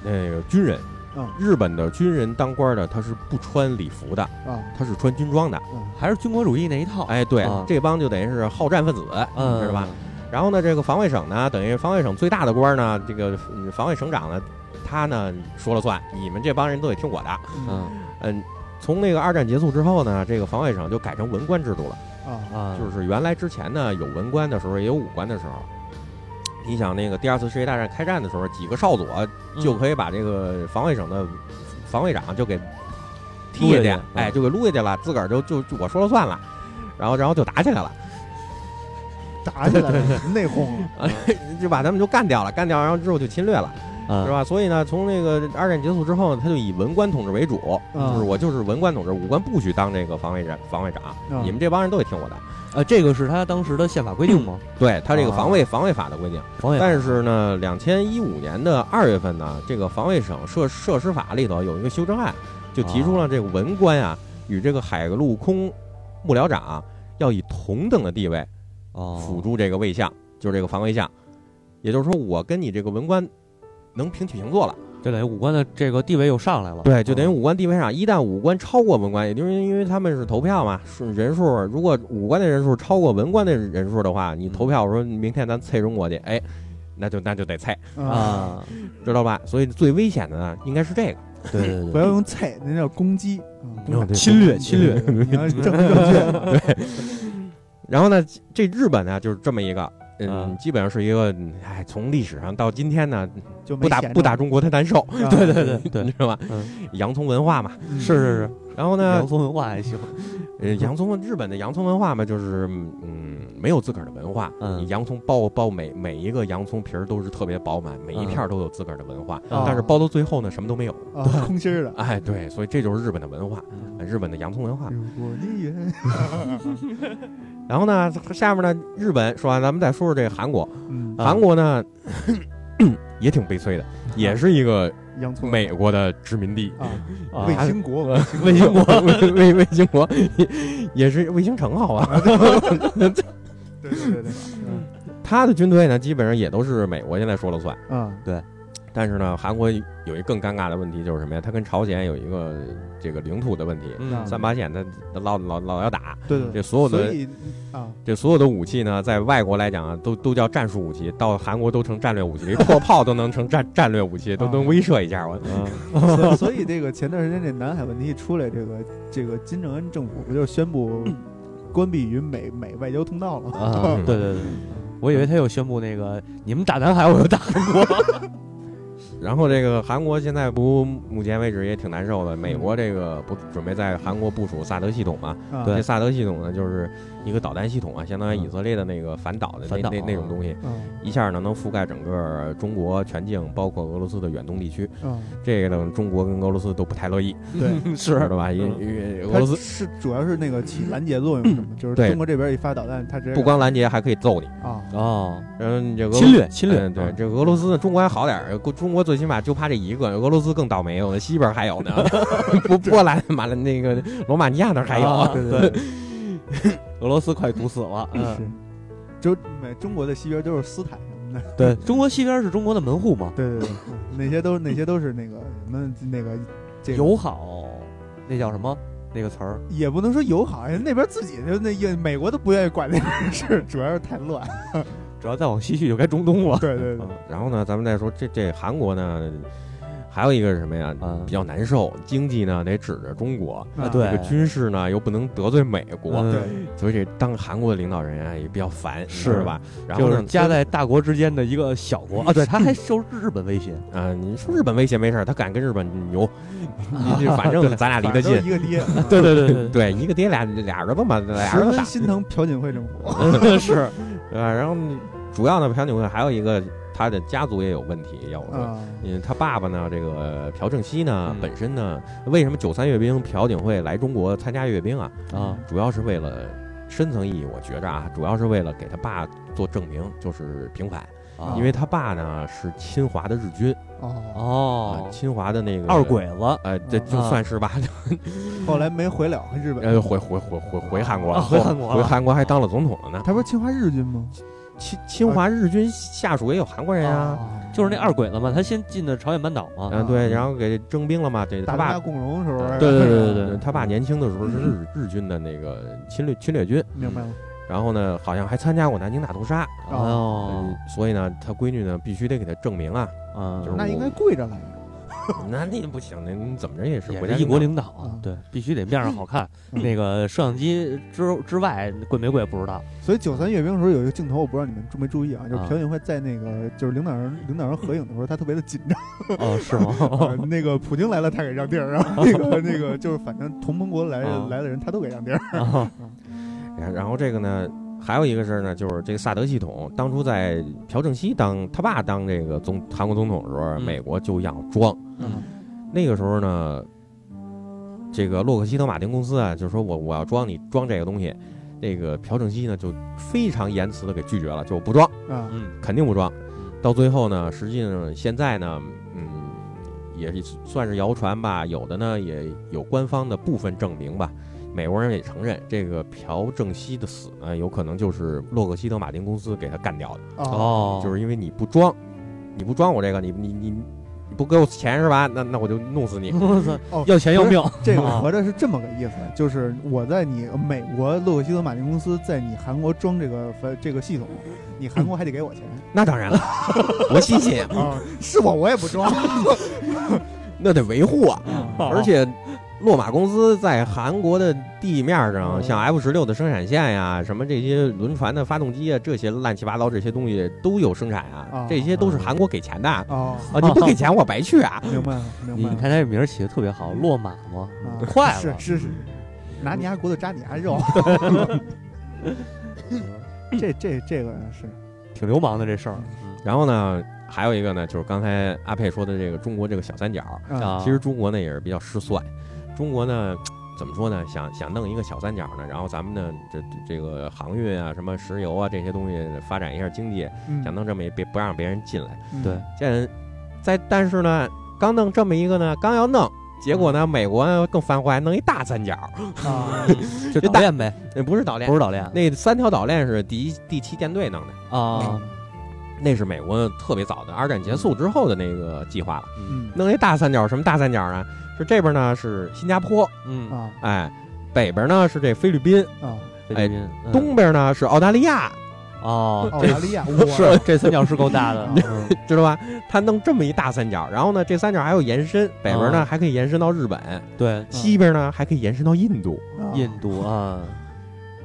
S3: 那个军人，
S1: 嗯
S3: 日本的军人当官的他是不穿礼服的，
S1: 啊嗯
S3: 他是穿军装的。
S2: 还是军国主义那一套，
S3: 哎，对，
S2: 啊
S3: 这帮就等于是好战分子，
S2: 嗯，
S3: 知道吧？？然后呢，这个防卫省呢，等于防卫省最大的官呢，这个嗯防卫省长呢，他呢说了算，你们这帮人都得听我的。
S1: 啊
S2: 嗯
S3: 嗯，从那个二战结束之后呢，这个防卫省就改成文官制度了。
S1: 啊
S2: 啊，
S3: 就是原来之前呢，有文官的时候，也有武官的时候。你想那个第二次世界大战开战的时候，几个少佐就可以把这个防卫省的防卫长就给踢下
S2: 撸
S3: 去
S2: 下去，
S3: 哎，
S2: 嗯
S3: 就给撸下去了，自个儿就就就我说了算了，然后然后就打起来了，
S1: 打起来了，内讧了。
S3: 就把他们就干掉了，干掉然后之后就侵略了，
S2: 嗯
S3: 是吧？所以呢，从那个二战结束之后呢，他就以文官统治为主，
S1: 嗯
S3: 就是我就是文官统治，武官不许当这个防卫长，防卫长，
S1: 嗯
S3: 你们这帮人都得听我的。
S2: 呃，这个是他当时的宪法规定吗？
S3: 对他这个
S2: 啊
S3: 防卫、防卫法的规定。
S2: 防 卫法，
S3: 但是呢，两千一五年的二月份呢，这个防卫省设设施法里头有一个修正案，就提出了这个文官啊与这个海陆空幕僚长啊、要以同等的地位
S2: 哦，
S3: 辅助这个卫相，就是这个防卫相。也就是说，我跟你这个文官能平起平坐了，哦
S2: 就等于武官的这个地位又上来了，
S3: 对，就等于
S2: 嗯
S3: 武官地位上，一旦武官超过文官，也就是因为他们是投票嘛，是人数，如果武官的人数超过文官的人数的话，你投票说明天咱菜中国去，哎，那就那就得菜。
S1: 啊！
S2: 啊，
S3: 知道吧？所以最危险的呢，应该是这个。
S2: 对对
S1: 不
S2: 对
S1: 要用菜，那叫攻击，
S3: 嗯对
S2: 侵略侵略
S1: 你 要正正确，
S3: 然后呢，这这日本呢就是这么一个，嗯，
S2: 嗯
S3: 基本上是一个，嗯哎，从历史上到今天呢，
S1: 就没
S3: 不打
S1: 闲着
S3: 不打，中国它难受，
S1: 啊
S2: 对对对
S3: 你
S2: 对，
S3: 知道吧？
S2: 嗯
S3: 洋葱文化嘛。
S1: 嗯
S2: 是是是，
S3: 然后呢
S2: 洋，葱文化还行，
S3: 呃洋葱日本的洋葱文化嘛，就是嗯，没有自个儿的文化。
S2: 嗯
S3: 你洋葱包包每每一个洋葱皮儿都是特别饱满，每一
S2: 嗯哦
S3: 片儿都有自个儿的文化，
S1: 啊
S3: 但是包到最后呢，什么都没有。
S1: 啊，空心儿的。
S3: 哎，对，所以这就是日本的文化，
S2: 嗯
S3: 呃日本的洋葱文化。
S1: 如果你愿，
S3: 然后呢，下面呢，日本说完，咱们再说说这个韩国。
S1: 嗯，
S2: 啊
S3: 韩国呢 也挺悲催的，也是一个
S1: 洋葱
S3: 美国的殖 民地，
S1: 啊，
S2: 啊
S1: 卫星国
S3: 卫 星国，卫卫卫星国 也也是卫星城好
S1: 嗯
S3: 啊。
S1: 对对 对对，
S3: 他的军队呢，基本上也都是美国现在说了算。
S1: 嗯啊
S3: 但是呢，韩国有一更尴尬的问题就是什么呀？他跟朝鲜有一个这个领土的问题，
S1: 嗯
S3: 三八线他他老老老要打，
S1: 对对
S3: 这
S1: 对，
S3: 所有
S1: 所
S3: 的
S1: 以啊，
S3: 这所有的武器呢，在外国来讲啊，都都叫战术武器，到韩国都成战略武 器，破炮都能成战战略武器，都
S1: 嗯
S3: 能威慑一下我。
S1: 所所以这个前段时间这南海问题一出来，这个这个金正恩政府不就宣 布关闭与美美外交通道了
S2: 啊，
S3: 嗯
S2: 对对对，我以为他又宣布那个你们打南海，我又打韩国，
S3: 然后这个韩国现在不，目前为止也挺难受的。美国这个不准备在韩国部署萨德系统嘛？
S1: 啊？
S2: 对
S3: 这萨德系统呢，就是一个导弹系统啊，相当于以色列的那个反导的
S2: 反
S3: 那
S2: 导啊
S3: 那那种东西，
S1: 嗯
S3: 一下呢能覆盖整个中国全境，包括俄罗斯的远东地区。
S1: 嗯，
S3: 这个呢，中国跟俄罗斯都不太乐意，
S1: 对，
S2: 是
S3: 知道吧？因
S2: 嗯
S3: 因为俄
S1: 它
S3: 罗斯
S1: 是主要是那个起拦截作用什 么，就是
S3: 对
S1: 中国这边一发导弹，它直接
S3: 不光拦截，还可以揍你。
S1: 啊，
S2: 哦，
S3: 然后你这俄罗
S2: 侵略侵略，
S3: 嗯对，
S2: 嗯
S3: 这俄罗斯呢，中国还好点儿，呃中国最起码就怕这一个，俄罗斯更倒霉，我们西边还有呢， 不波兰、 马来那个罗马尼亚那儿还有。
S2: 啊
S1: 对
S2: 对，俄罗斯快堵死了，嗯，
S1: 是，就每中国的西边都是斯坦什么的，
S2: 对，中国西边是中国的门户嘛，
S1: 对对 对，那些都那些都是那个什么那个这个
S2: 嗯友好，那叫什么那个词儿？
S1: 也不能说友好，人那边自己就那也美国都不愿意管那边事，主要是太 乱。
S2: 只要再往西去就该中东了，
S1: 对对对，
S3: 嗯然后呢，咱们再说这这韩国呢，还有一个是什么呀？
S2: 嗯
S3: 比较难受，经济呢得指着中国，
S2: 啊对
S3: 这个军事呢又不能得罪美国，
S2: 嗯
S1: 对，
S3: 所以这当韩国的领导人啊也比较烦，
S2: 是
S3: 你知道吧？然后
S2: 就
S3: 呢
S2: 是夹在大国之间的一个小国啊，对，他还受日本威胁，
S3: 啊、你说日本威胁没事儿，他敢跟日本牛， 你这反正咱俩离得
S1: 反正
S3: 近
S1: 都，一个爹，
S2: 对对对对
S3: 对，一个爹俩俩儿子嘛，俩
S1: 十
S3: 儿子
S1: 分
S3: 打，
S1: 心疼朴槿惠政 府。啊
S2: 对，嗯是
S3: 对吧？然后主要呢，朴槿惠还有一个他的家族也有问题，要我说。
S1: 啊，
S3: 嗯，他爸爸呢，这个朴正熙呢，
S2: 嗯
S3: 本身呢，为什么九三阅兵朴槿惠来中国参加阅兵啊？
S2: 啊，
S3: 主要是为了深层意义，我觉着啊，主要是为了给他爸做证明，就是平反，
S2: 啊
S3: 因为他爸呢是侵华的日军
S1: 哦，
S3: 啊
S2: 哦，，
S3: 侵华的那个
S2: 二，鬼子，
S3: 呃，这就
S2: 啊
S3: 算是吧，
S1: 后来没回了日
S2: 哎
S1: 本，
S3: 呃，回回回回回韩国
S2: 啊
S3: 了，
S2: 回韩国了
S3: 回韩国还当了总统了呢。
S1: 他不是侵华日军吗？
S3: 侵侵华日军下属也有韩国人
S1: 啊
S3: 啊，
S2: 就是那二鬼子嘛，他先进的朝鲜半岛嘛，
S3: 嗯，对，然后给征兵了嘛，这
S1: 大
S3: 他
S1: 家
S3: 爸。
S1: 共荣的时候，
S2: 对对对对对
S3: 嗯他爸年轻的时候是日日军的那个侵略侵略军，
S1: 明白了。
S3: 然后呢，好像还参加过南京大屠杀，
S1: 啊
S2: 哦，
S3: 嗯所以呢，他闺女呢必须得给他证明啊，
S2: 嗯，
S3: 就是
S1: 那应该跪着来呀，
S3: 那那不行，那你怎么着也是
S2: 也
S3: 国家
S2: 是一国
S3: 领
S2: 领导啊
S1: 嗯，
S2: 对，必须得面上好看。
S1: 嗯
S2: 那个摄像机之之外贵没贵 不知道，
S1: 所以九三阅兵的时候有一个镜头，我不知道你们注没注意啊，就是
S2: 啊
S1: 朴槿惠在那个就是领导人领导人合影的时候，她特别的紧张。
S2: 哦，是 吗？
S1: 呃那个普京来了，她给让地儿，然 后那个那个就是反正同盟国来
S2: 啊
S1: 来的人，她都给让地儿。
S2: 啊
S3: 导。然然后这个呢，还有一个事儿呢，就是这个萨德系统，当初在朴正熙当他爸当这个总韩国总统的时候，
S2: 嗯
S3: 美国就要装。
S2: 嗯
S3: 那个时候呢，这个洛克希德马丁公司啊，就说我我要装你装这个东西，这个朴正熙呢就非常严词的给拒绝了，就不装，
S1: 啊，
S2: 嗯
S3: 肯定不装。到最后呢，实际上现在呢，嗯，也是算是谣传吧，有的呢也有官方的部分证明吧。美国人也承认，这个朴正熙的死呢，有可能就是洛克希德马丁公司给他干掉的，
S1: 哦，
S2: 哦，
S3: 就是因为你不装，你不装我这个，你你你你不给我钱是吧？那那我就弄死你。
S1: 哦
S2: 要钱要命，
S1: 这个
S2: 啊
S1: 合着是这么个意思，就是我在你美国洛克希德马丁公司在你韩国装这个呃这个系统，你韩国还得给我钱
S3: 那当然 了，我信信，
S2: 嗯
S1: 啊？是我我也不装，
S3: 那得维护啊。
S2: 哦
S3: 而且，洛马公司在韩国的地面上，
S1: 嗯
S3: 像 F 十六的生产线呀、什么这些轮船的发动机啊，这些乱七八糟这些东西都有生产啊
S1: 哦，
S3: 这些都是韩国给钱的啊，
S1: 哦，
S3: 你不给钱我白去啊。
S1: 明白了，明
S2: 你
S1: 白
S2: 你
S1: 了。
S2: 看他这名儿起的特别好，落马嘛，
S1: 啊
S2: 快
S1: 是
S2: 了，
S1: 是是，拿你家骨头扎你家 肉，这这这个是
S2: 嗯挺流氓的这事儿
S3: 然后呢，还有一个呢，就是刚才阿佩说的这个中国这个小三角，
S2: 啊。
S3: 其实中国呢也是比较失算，中国 呢。怎么说呢？想想弄一个小三角呢，然后咱们呢，这这个航运啊、什么石油啊这些东西发展一下经济，
S2: 嗯
S3: 想弄这么一别不让别人进来。
S1: 嗯
S2: 对
S3: 这人在但是呢，刚弄这么一个呢，刚要弄，结
S2: 嗯
S3: 果呢，美国呢更犯坏，弄一大三角，
S1: 啊，
S2: 就
S3: 这
S2: 导练呗，
S3: 那不是岛链
S2: 嗯不，是导练
S3: 那三条岛链是第一第七舰队弄的，
S2: 啊，
S3: 那是美国特别早的二战结
S2: 嗯
S3: 束之后的那个计划了。
S1: 嗯
S3: 弄一大三角，什么大三角呢？是这边呢是新加坡，
S2: 嗯，
S1: 啊
S3: 哎，北边呢是这菲律宾，
S1: 啊，
S2: 菲
S3: 哎
S2: 律宾嗯
S3: 东边呢是澳大利亚，
S2: 哦，
S1: 澳
S2: 这
S1: 大利亚我 啊
S2: 是这三角是够 大的，嗯
S3: 知道吧？他弄这么一大三角，然后呢，这三角还有延伸，北边呢
S2: 哦
S3: 还可以延伸到日本，
S2: 嗯对，
S3: 西边呢还可以延伸到印度。
S1: 啊
S2: 印。度啊，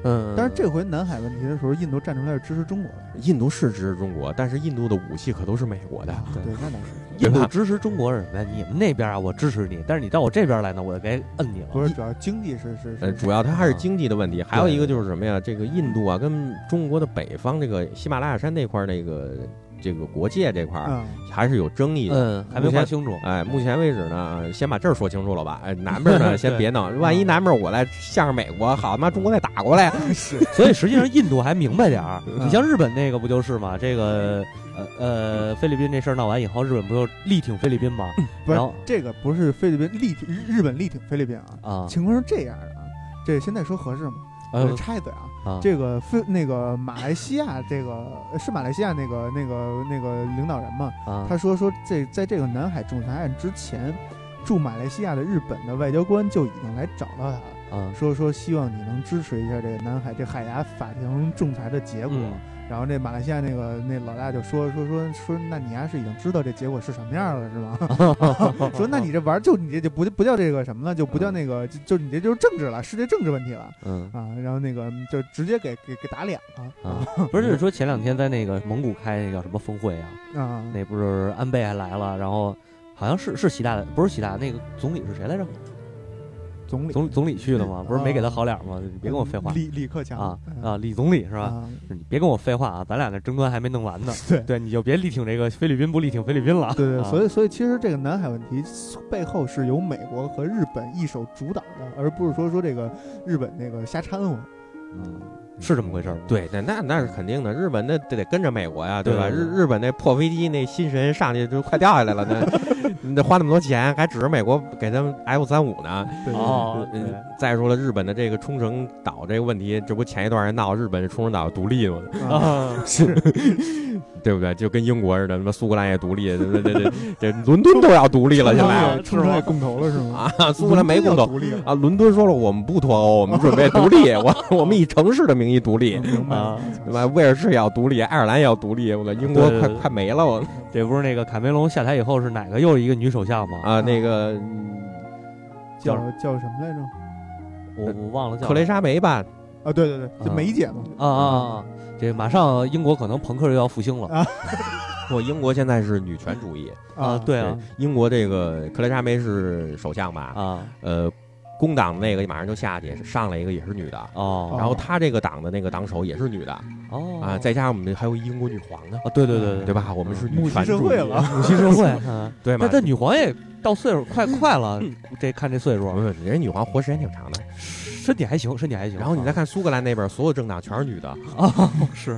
S3: 嗯，
S1: 但是这回南海问题的时候，印度站出来是支持中国的，
S2: 嗯
S3: 印度是支持中国，但是印度的武器可都是美国的。
S1: 啊对，那倒是。
S2: 印
S3: 对
S2: 度
S3: 吧
S2: 支持中国是什么呀？你们那边啊，我支持你，但是你到我这边来呢，我就该摁你了。
S1: 不是，主要经济是是
S3: 呃，
S1: 是，
S3: 主要它还是经济的问题，还有
S2: 嗯对
S3: 一个就是什么呀？这个印度啊，跟中国的北方这个喜马拉雅山那块儿那个这个国界这块儿
S1: 嗯，
S3: 还是有争议的。
S2: 嗯，还没
S3: 目
S2: 看
S3: 前
S2: 清楚。
S3: 哎，目前为止呢，呃先把这儿说清楚了吧。哎，南边 呢，先别闹，万一南边我来向着美国，好他妈中国再打过来，
S1: 是
S2: 所以实际上印度还明白点儿。
S1: 嗯
S2: 你像日本那个不就是嘛？这个呃呃，菲律宾这事儿闹完以后，日本不就力挺菲律宾吗？
S1: 嗯不是
S2: 然后
S1: 这个不是菲律宾力挺日日本力挺菲律宾啊，
S2: 啊
S1: 情况是这样的啊，这现在说合适吗？
S2: 呃
S1: 我插一嘴啊，
S2: 啊，
S1: 这个菲那个马来西亚这个呃是马来西亚那个那个那个领导人嘛，
S2: 啊
S1: 他说说这在这个南海仲裁案之前，驻马来西亚的日本的外交官就已经来找到他了。
S2: 啊
S1: 说说希望你能支持一下这个南海这海牙法庭仲裁的结果。
S2: 嗯
S1: 然后那马来西亚那个那老大就说说说说，那你丫是已经知道这结果是什么样了是 吗？ 说那你这玩儿就你这就不不叫这个什么了，就不叫那个就就你这就是政治了，世界政治问题了
S2: 嗯
S1: 啊。然后那个就直接给给给打脸了
S2: 啊，不是就是说前两天在那个蒙古开那叫什么峰会啊？
S1: 啊。
S2: 那不是安倍还来了，然后好像是是习大大，不是习大大，那个总理是谁来着？
S1: 总理
S2: 总总理去的吗？不是没给他好脸吗？你别跟我废话
S1: 李李克强嗯
S2: 啊啊！李总理是吧？
S1: 啊
S2: 你别跟我废话啊，咱俩这争端还没弄完呢。
S1: 对
S2: 对，你就别力挺这个菲律宾不力挺菲律宾了。
S1: 对对，
S2: 啊
S1: 所以所以其实这个南海问题背后是由美国和日本一手主导的，而不是说说这个日本那个瞎掺和。
S2: 嗯是这么回事儿吗。
S3: 对，那那那是肯定的，日本那得得跟着美国呀，
S2: 对
S3: 吧？
S2: 对对
S3: 日日本那破飞机那新神上去就快掉下来了，那 你得花那么多钱，还指着美国给他们 F 三五呢。
S1: 对
S2: 哦，
S3: 嗯
S2: 对
S3: 再说了，日本的这个冲绳岛这个问题，这不前一段还闹日本冲绳岛独立吗？
S1: 啊，
S2: 啊，
S3: 对不对？就跟英国似的，他妈苏格兰也独立，这这这这伦敦都要独立了，现在
S1: 嗯冲绳也共投了是吗？
S3: 啊，苏格兰没共
S1: 伦敦要
S3: 同
S1: 独立了，
S3: 啊，伦敦说了我们不脱欧，我们准备独立，我我们以城市的名义独立
S1: 嗯，明白了
S2: 啊
S3: 对吧？威尔士也要独立，爱尔兰也要独立，我的英国
S2: 对对
S3: 快
S2: 对
S3: 快没了，我。
S1: 嗯
S2: 这不是那个卡梅隆下台以后是哪个又一个女首相吗？
S3: 啊，那个嗯
S1: 叫
S2: 叫
S1: 叫什么来着？
S2: 我我忘了叫
S3: 克雷莎梅吧，
S1: 啊，对对对，就
S2: 啊
S1: 梅姐嘛。
S2: 啊啊啊！啊这马上英国可能朋克又要复兴了
S3: 我英国现在是女权主义，
S2: 啊！对啊
S3: 英国这个克雷莎梅是首相吧？
S2: 啊
S3: 呃，工党那个马上就下去，上来一个也是女的，
S2: 哦
S3: 然后他这个党的那个党首也是女的
S2: 哦
S3: 啊，再加上我们还有英国女皇呢，
S2: 啊对对对
S3: 哦对吧？我们是
S1: 母
S3: 女
S1: 系
S3: 权
S1: 社
S3: 主
S1: 会
S3: 义
S1: 了，，
S2: 母系社会啊。
S3: 对吗
S2: 但？但女皇也到岁数快快了，这看这岁数
S3: 我，们人家女皇活时间挺长的，
S2: 身体还行，身体还行。
S3: 然后你再看苏格兰那边，所有政党全是女的
S2: 啊， 是，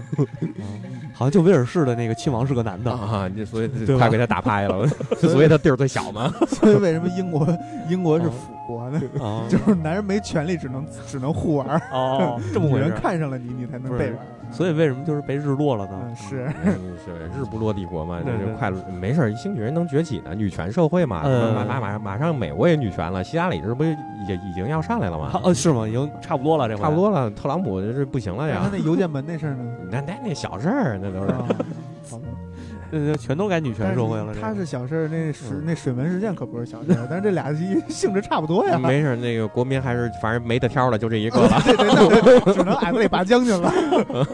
S2: 好像就威尔士的那个亲王是个男的，
S3: 啊，你所以
S2: 对吧
S3: 快给他打趴 下了，所以他地儿最小嘛。
S1: 所以为什么英国英国是腐国呢？
S2: 啊，
S1: 就是男人没权利，只能只能互玩儿，
S2: 哦，这么
S1: 女
S2: 回
S1: 人
S2: 事。
S1: 看上了你，你才能
S2: 不是
S1: 被玩儿。啊
S2: 所以为什么就是被日落了呢
S1: 嗯？是
S3: 嗯是日不落帝国嘛，
S2: 对
S3: 这
S2: 对
S3: 就快没事儿，新女人能崛起呢，女权社会嘛，
S2: 嗯
S3: 马马马马上美国也女权了，希拉里这不也已经要上来了
S2: 啊，
S3: 吗？
S2: 哦，是吗？已经差不多了，这回
S3: 差不。多了，特朗普这不行了
S1: 但他
S2: 啊
S3: 呀，
S1: 那邮件门那事儿呢？
S3: 那那那小事儿，那都是
S2: 哦
S1: 啊，好吧。
S2: 呃， 全都该女权社会了。
S1: 他
S2: 这
S1: 是
S2: 个
S1: 小事儿，那水
S2: 嗯
S1: 那水门事件可不是小事儿，但是这俩 性质差不多呀。
S3: 嗯 没事儿，那个国民还是反正没得挑了，就这一个了，
S1: 对对，那只能俺得拔将军了。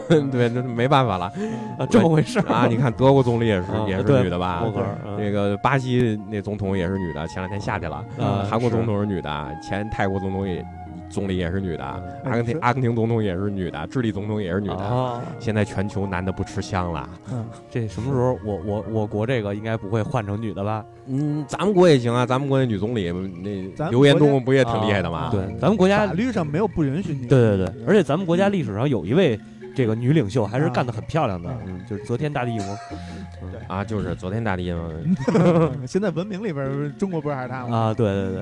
S3: 对，那没办法了
S2: 啊，这么回事
S3: 啊！你看德国总理也是
S2: 啊
S3: 也
S2: 对嗯
S3: 是女的吧
S2: 默？克尔
S3: 那个巴西那总统也是女的，前两天下去了。
S2: 啊
S3: 嗯韩国
S2: 是
S3: 总呃统是女的，啊前泰国总统也总理也是女的。啊阿根
S1: 你
S3: 廷
S1: 说
S3: 阿根廷总统也是女的，啊智利总统也是女的。
S2: 啊，
S3: 现在全球男的不吃香了。啊
S1: 嗯，
S2: 这什么时候我我我国这个应该不会换成女的吧？
S3: 嗯，咱们国也行啊，咱们国那女总理
S1: 咱们
S3: 那刘延东不也挺厉害的
S1: 啊
S3: 吗？
S2: 对，咱们国家
S1: 法律上没有不允许你。嗯
S2: 对对对，而且咱们国家历史上有一位这个女领袖还是干得很漂亮的
S1: 啊，
S2: 嗯，就是则天大帝嘛。
S3: 啊，就是昨天大地震
S1: 且 现在文明里边儿，中国不是还是他吗？
S2: 啊，对对对，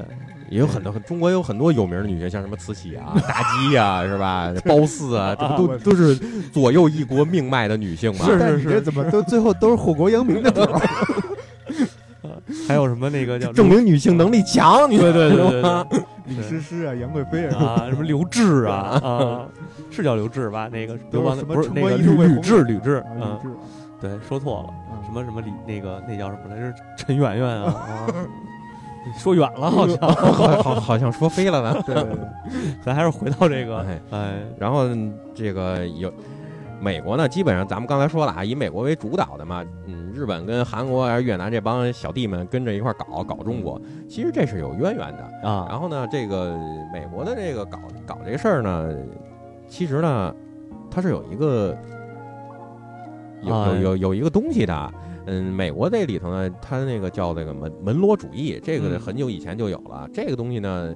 S3: 也有很多， 中国有很多有名的女性，像什么慈禧啊、妲己呀，是吧？褒姒 啊，这不
S1: 啊
S3: 都都是左右一国命脉的女性吗？
S2: 是
S1: 但你这怎么都最后都是祸国殃民的头儿？
S2: 还有什么那个叫
S3: 证明女性能力强，你
S2: 对对对对
S3: 知道吗
S2: 对
S1: 李诗诗啊，杨贵妃啊，
S2: 啊，什么 刘志啊 啊，是叫刘志吧？那个
S1: 都是
S2: 刘邦的
S1: 什么
S2: 不是
S1: 城
S2: 那
S1: 关
S2: 个
S1: 一度
S2: 吕
S1: 为
S2: 吕
S1: 红
S2: 雉吕雉，
S1: 啊
S2: 嗯，
S1: 李治
S2: 对，说错了，
S1: 啊
S2: 什么什么李那个那叫什么来着？陈圆圆啊，啊 说远了好 像，
S3: 好好好像说飞了 呢。
S1: 对对对，
S2: 咱还是回到这个
S3: 哎
S2: 哎
S3: 然后这个有美国呢，基本上咱们刚才说了啊，以美国为主导的嘛，嗯，日本跟韩国啊、越南这帮小弟们跟着一块儿搞搞中国，其实这是有渊源的。
S2: 啊，
S3: 然后呢，这个美国的这个搞搞这事儿呢，其实呢，它是有一个有
S2: 啊
S3: 有有有一个东西的。嗯，美国这里头呢，它那个叫这个门门罗主义，这个
S2: 嗯
S3: 很久以前就有了。这个东西呢，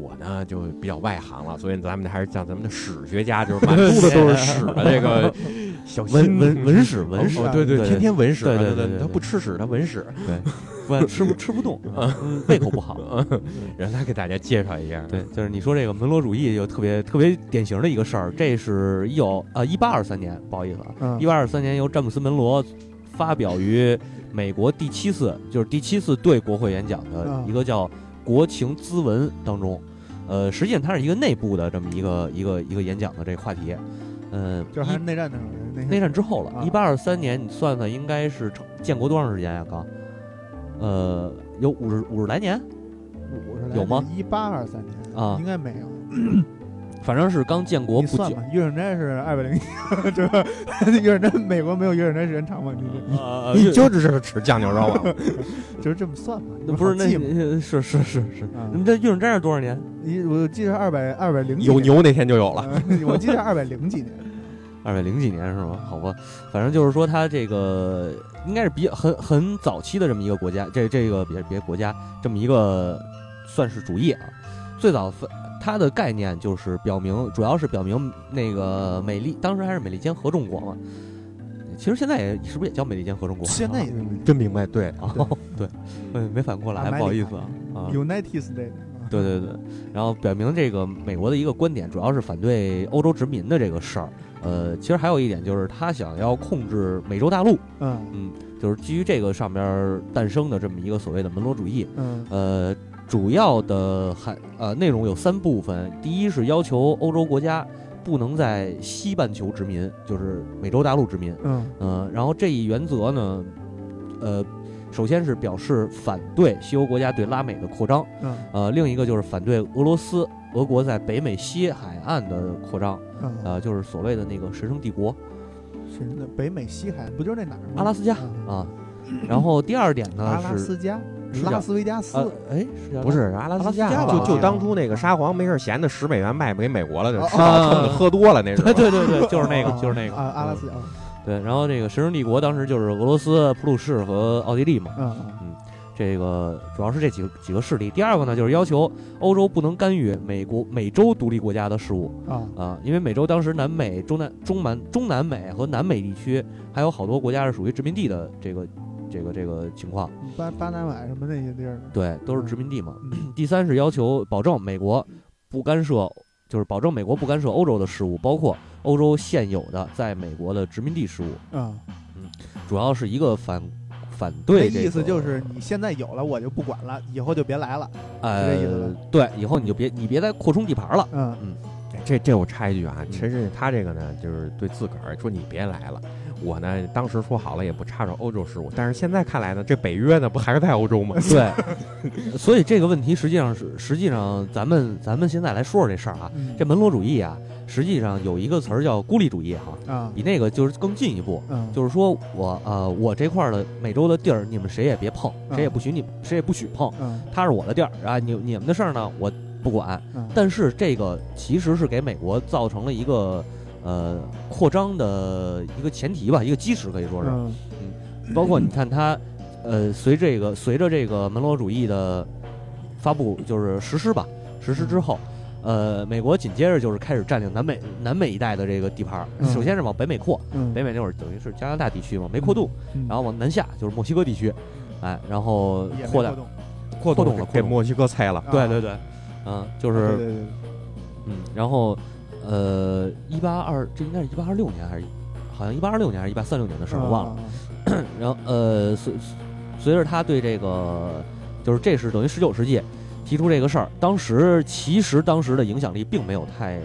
S3: 我呢就比较外行了，所以咱们还是像咱们的史学家，就 是满肚子都是史的这个小
S2: 文
S3: 心
S2: 文文史文史
S3: 哦，对对，
S2: 对
S3: 天天文史，
S2: 对对对对对
S3: 他不吃屎，他文史。
S2: 不吃不吃不 动，嗯胃口不好。
S3: 让他给大家介绍一
S1: 嗯
S3: 下。
S2: 对，就是你说这个门罗主义就特别特别典型的一个事儿，这是一九呃一八二三年，不好意思啊，
S1: 嗯
S2: 一八二三年由詹姆斯门罗发表于美国第七次，就是第七次对国会演讲
S1: 啊
S2: 的一个叫《国情咨文》当中，呃，实际上它是一个内部的这么一个一个一个演讲的这个话题，嗯、
S1: 就是还是内战那会儿，那
S2: 内战之后了，
S1: 啊
S2: 一八二三年，你算算应该是成建国多长时间呀、刚，呃，有五十五十来年，
S1: 五十来
S2: 有吗？
S1: 一八二三年
S2: 啊
S1: 应该没有。
S2: 反正是刚建国
S1: 你
S2: 不
S1: 算
S2: 久
S1: 吧，。约尔斋是二百零一， 这吧？ 约尔斋美国没有约尔斋时间长吗？你这
S2: 呃
S3: 你啊就只是吃酱牛肉 啊！
S1: 就是这么算吧。你
S2: 那
S1: 们
S2: 不是
S1: 好
S2: 那
S1: 记吗
S2: 是是是是，
S1: 啊
S2: 你，们这运动站是多少年？
S1: 一我记得是二百二百零
S3: 有牛那天就有了。
S1: 了，我记得是二百零几年。
S2: 二百零几年是吗？好吧，反正就是说它这个应该是比较很很早期的这么一个国家，这这个别别国家这么一个算是主义啊。最早分它的概念就是表明，主要是表明那个美利，当时还是美利坚合众国嘛。其实现在也是不是也叫美利坚合众国？
S1: 现在也是
S3: 嗯真明白，对，
S2: 啊， 哦对，嗯，没反过来，
S1: America
S2: 不好意思啊 啊。
S1: United States，啊
S2: 对对对，然后表明这个美国的一个观点，主要是反对欧洲殖民的这个事儿。呃，其实还有一点就是，他想要控制美洲大陆，
S1: 嗯
S2: 就是基于这个上边儿诞生的这么一个所谓的门罗主义。
S1: 嗯
S2: 呃，主要的还呃内容有三部分，第一是要求欧洲国家不能在西半球殖民，就是美洲大陆殖民。
S1: 嗯
S2: 嗯，然后这一原则呢，呃，首先是表示反对西欧国家对拉美的扩张。
S1: 嗯
S2: 呃，另一个就是反对俄罗斯、俄国在北美西海岸的扩张，
S1: 嗯，
S2: 呃，就是所谓的那个神圣帝国
S1: 是那北美西海不就是那哪儿吗？
S2: 阿拉斯加
S1: 嗯
S2: 啊。然后第二点
S1: 阿
S2: 呢
S1: 拉
S2: 是
S1: 斯加
S2: 是，
S1: 拉
S2: 叫
S1: 斯维加
S2: 呃
S1: 斯。，啊
S2: 哎，是叫
S3: 不是阿拉斯
S2: 阿拉斯加
S3: 加，
S2: 吧
S3: 就
S2: 好
S3: 就
S2: 像
S3: 当初那个沙皇没事闲的十美元卖给美国了，就
S1: 哦
S3: 吃饱撑的
S2: 哦
S3: 喝多了那是吧。
S2: 对 对对对，就是 那个
S1: 啊
S2: 就是那个
S1: 啊，阿拉
S2: 嗯
S1: 斯加。
S2: 对，然后这个神圣帝国当时就是俄罗斯、普鲁士和奥地利嘛，
S1: 嗯嗯
S2: 这个主要是这几个几个势力。第二个呢，就是要求欧洲不能干预美国美洲独立国家的事务，
S1: 嗯啊
S2: 啊，因为美洲当时南美、中南、中南、中南美和南美地区，还有好多国家是属于殖民地的这个、这个、这个情况，
S1: 巴巴拿马什么那些地儿的，
S2: 对，都是殖民地嘛。
S1: 嗯
S2: 第三是要求保证美国不干涉，就是保证美国不干涉欧洲的事务，包括欧洲现有的在美国的殖民地事务，
S1: 啊，
S2: 主要是一个反反
S1: 那
S2: 对、这
S1: 意思
S2: 个
S1: 就是你现在有了，我就不管了，以后就别来了。是
S2: 呃
S1: 这意思吧
S2: 对，以后你就别你别再扩充地 盘了。
S1: 嗯
S3: 这这我插一句
S2: 嗯
S3: 啊，其实他这个呢，就是对自个儿说你别来了。我呢，当时说好了也不插手欧洲事务，但是现在看来呢，这北约呢不还是在欧 洲吗？
S2: 对，所以这个问题实际上是实际上咱们咱们现在来说说这事儿啊，
S1: 嗯
S2: 这门罗主义啊，实际上有一个词儿叫孤立主义哈，
S1: 啊
S2: 比那个就是更进一步，
S1: 嗯
S2: 就是说我呃我这块儿的美洲的地儿，你们谁也别碰，谁也不许你们谁也不许碰，
S1: 嗯
S2: 它是我的地儿啊，你你们的事儿呢我不管。
S1: 嗯，
S2: 但是这个其实是给美国造成了一个呃扩张的一个前提吧，一个基石可以说是，
S1: 嗯
S2: 包括你看它呃随这个随着这个门罗主义的发布就是实施吧，实施之后，呃，美国紧接着就是开始占领南美南美一带的这个地盘儿，
S1: 嗯
S2: 首先是往北美扩，
S1: 嗯，
S2: 北美那会儿等于是加拿大地区嘛，没扩动，
S1: 嗯，
S2: 哎然后往南下就是墨西哥地区，哎，然后
S1: 也没
S2: 扩大，
S1: 动，
S3: 扩
S2: 动了扩
S3: 给
S2: 动
S3: 墨西哥拆了。
S2: 对对
S1: 对，
S2: 对，嗯、就
S1: 就是啊对对
S2: 嗯，然后呃，一八二这应该是一八二六年还是好像一八二六年还是一八三六年的事儿，
S1: 嗯
S2: 我忘了。，然后呃，随随着他对这个，就是这是等于十九世纪提出这个事儿，当时其实当时的影响力并没有太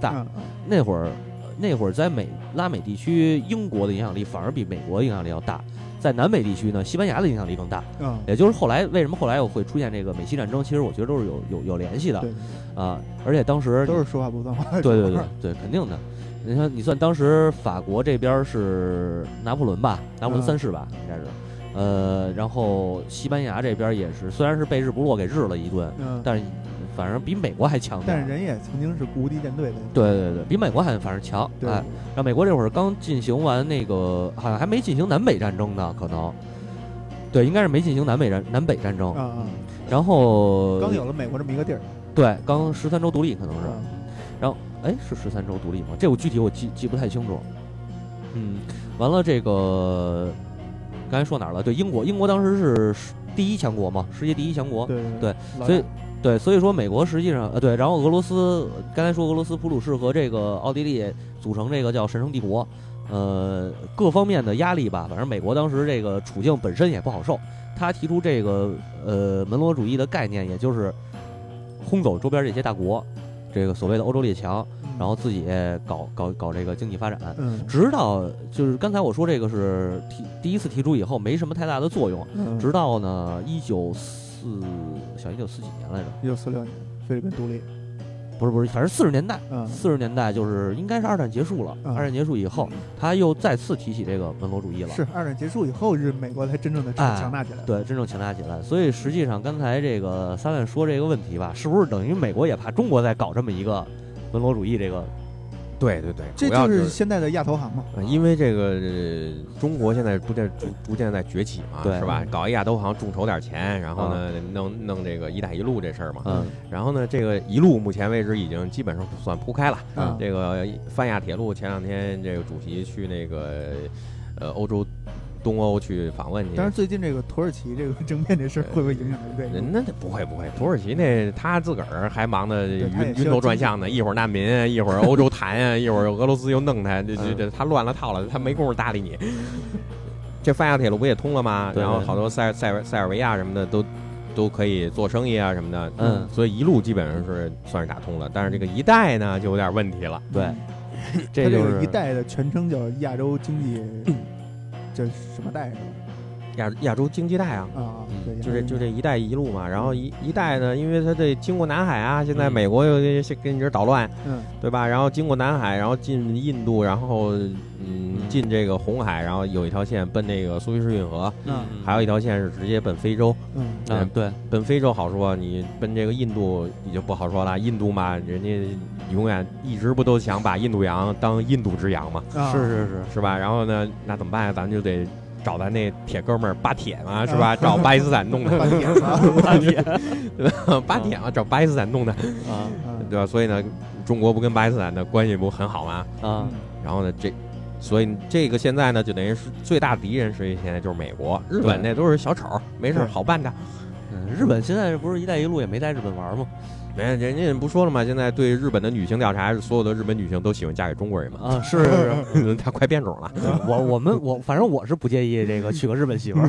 S2: 大。
S1: 嗯
S2: 那会儿那会儿在美拉美地区，英国的影响力反而比美国影响力要大。在南美地区呢，西班牙的影响力更大，
S1: 嗯，
S2: 也就是后来为什么后来又会出现这个美西战争，其实我觉得都是有有有联系的
S1: 对，
S2: 啊。而且当时
S1: 都是说话不算话，
S2: 对对对对，肯定的。你看，你算当时法国这边是拿破仑吧，拿
S1: 嗯
S2: 破仑三世吧，应该是，呃，然后西班牙这边也是，虽然是被日不落给日了一顿，
S1: 嗯，
S2: 但是反正比美国还强点
S1: 但
S2: 儿
S1: 是人也曾经是无敌舰队的，
S2: 对对对，比美国还反正强，
S1: 对，
S2: 哎，然后美国这会儿刚进行完那个，好像还没进行南北战争呢，可能，对，应该是没进行南北战南北战争
S1: 啊，啊，
S2: 然后
S1: 刚有了美国这么一个地儿，
S2: 对刚十三州独立可能是，
S1: 啊
S2: 哎，是十三州独立吗？这我具体我记记不太清楚。嗯，完了这个，刚才说哪儿了？对，英国，英国当时是世第一强国嘛，世界第一强国。
S1: 对对
S2: 对，
S1: 老
S2: 所以
S1: 大
S2: 对，所以说美国实际上呃对，然后俄罗斯刚才说俄罗斯、普鲁士和这个奥地利组成这个叫神圣帝国，呃，各方面的压力吧，反正美国当时这个处境本身也不好受。他提出这个呃门罗主义的概念，也就是轰走周边这些大国，这个所谓的欧洲列强，然后自己搞搞搞这个经济发展。
S1: 嗯
S2: 直到就是刚才我说这个是提第一次提出以后没什么太大的作用，
S1: 嗯，
S2: 直到呢一九四小一九四几年来着，
S1: 一九四六年菲律宾独立，
S2: 不是不是，反正四十年代，
S1: 嗯，
S2: 四十年代就是应该是二战结束了，
S1: 嗯
S2: 二战结束以后，他又再次提起这个门罗主义了，
S1: 是二战结束以后，日美国才真正的
S2: 哎
S1: 强大起来，
S2: 对真正强大起来。所以实际上刚才这个三万说这个问题吧，是不是等于美国也怕中国在搞这么一个门罗主义这个？
S3: 对对对，
S1: 这
S3: 主要
S1: 就是是现在的亚投行嘛，
S3: 呃因为这个、呃中国现在逐渐逐逐渐在崛起嘛，
S2: 对
S3: 是吧？搞一亚投行，众筹点钱，然后呢，弄弄这个“一带一路”这事儿嘛。
S2: 嗯
S3: 然后呢，这个一路目前为止已经基本上算铺开了。
S1: 啊
S3: 这个泛亚铁路前两天这个主席去那个呃欧洲东欧去访问去，
S1: 但是最近这个土耳其这个 政变这事儿会不会影响嗯到这个？
S3: 那那不会不会，土耳其那他自个儿还忙得
S1: 他也
S3: 晕
S1: 需
S3: 晕
S1: 要
S3: 头转向呢，一会儿难民啊，一会儿欧洲谈啊，一会儿俄罗斯又弄他，这这这他乱了套了，他没工夫搭理你。 这泛亚铁路不也通了吗？
S2: 对
S3: 然后好多塞尔塞尔塞尔维亚什么的都都可以做生意啊什么的，
S2: 嗯
S3: 所以一路基本上是算是打通了。但是这个一带呢就有点问题了，
S2: 对，
S1: 它这
S2: 这就
S1: 个
S2: 是
S1: 一带的全称叫亚洲经 济，叫什么带是吧？
S3: 亚亚洲经济带啊。
S1: 啊，对，
S2: 嗯
S3: 就这
S1: 亚洲
S3: 就这一带一路嘛，然后
S2: 嗯
S3: 一一带呢，因为它得经过南海啊，现在
S2: 嗯
S3: 美国又跟你这儿捣乱，
S1: 嗯
S3: 对吧？然后经过南海，然后进印度，然后嗯进这个红海，然后有一条线奔那个苏伊士运河，
S1: 嗯
S3: 还有一条线是直接奔非洲。
S1: 嗯
S2: 嗯对
S3: 奔非洲好说，你奔这个印度你就不好说了。印度嘛，人家永远一直不都想把印度洋当印度之洋嘛，
S1: 啊
S2: 嗯是是是，
S3: 是吧？然后呢，那怎么办呀？咱们就得找咱那铁哥们儿巴铁嘛，是吧？找巴基斯坦 弄
S1: 巴
S3: 的，
S1: 铁 嘛
S2: 大姐
S3: 巴铁嘛，找巴基斯坦弄的，
S2: 啊
S1: 嗯
S3: 对吧？所以呢，中国不跟巴基斯坦的关系不很好吗？
S2: 啊，
S1: 嗯
S3: 然后呢，这所以这个现在呢，就等于是最大敌人，实际现在就是美国、日本
S2: 对
S3: 那都是小丑，没事儿
S1: 对
S3: 好办的。
S2: 嗯日本现在不是“一带一路”也没在日本玩吗？
S3: 没人人家不说了吗？现在对日本的女性调查，所有的日本女性都喜欢嫁给中国人嘛？
S2: 啊，是是是，
S3: 她快变种了。
S2: 我我们我反正我是不介意这个娶个日本 媳妇儿，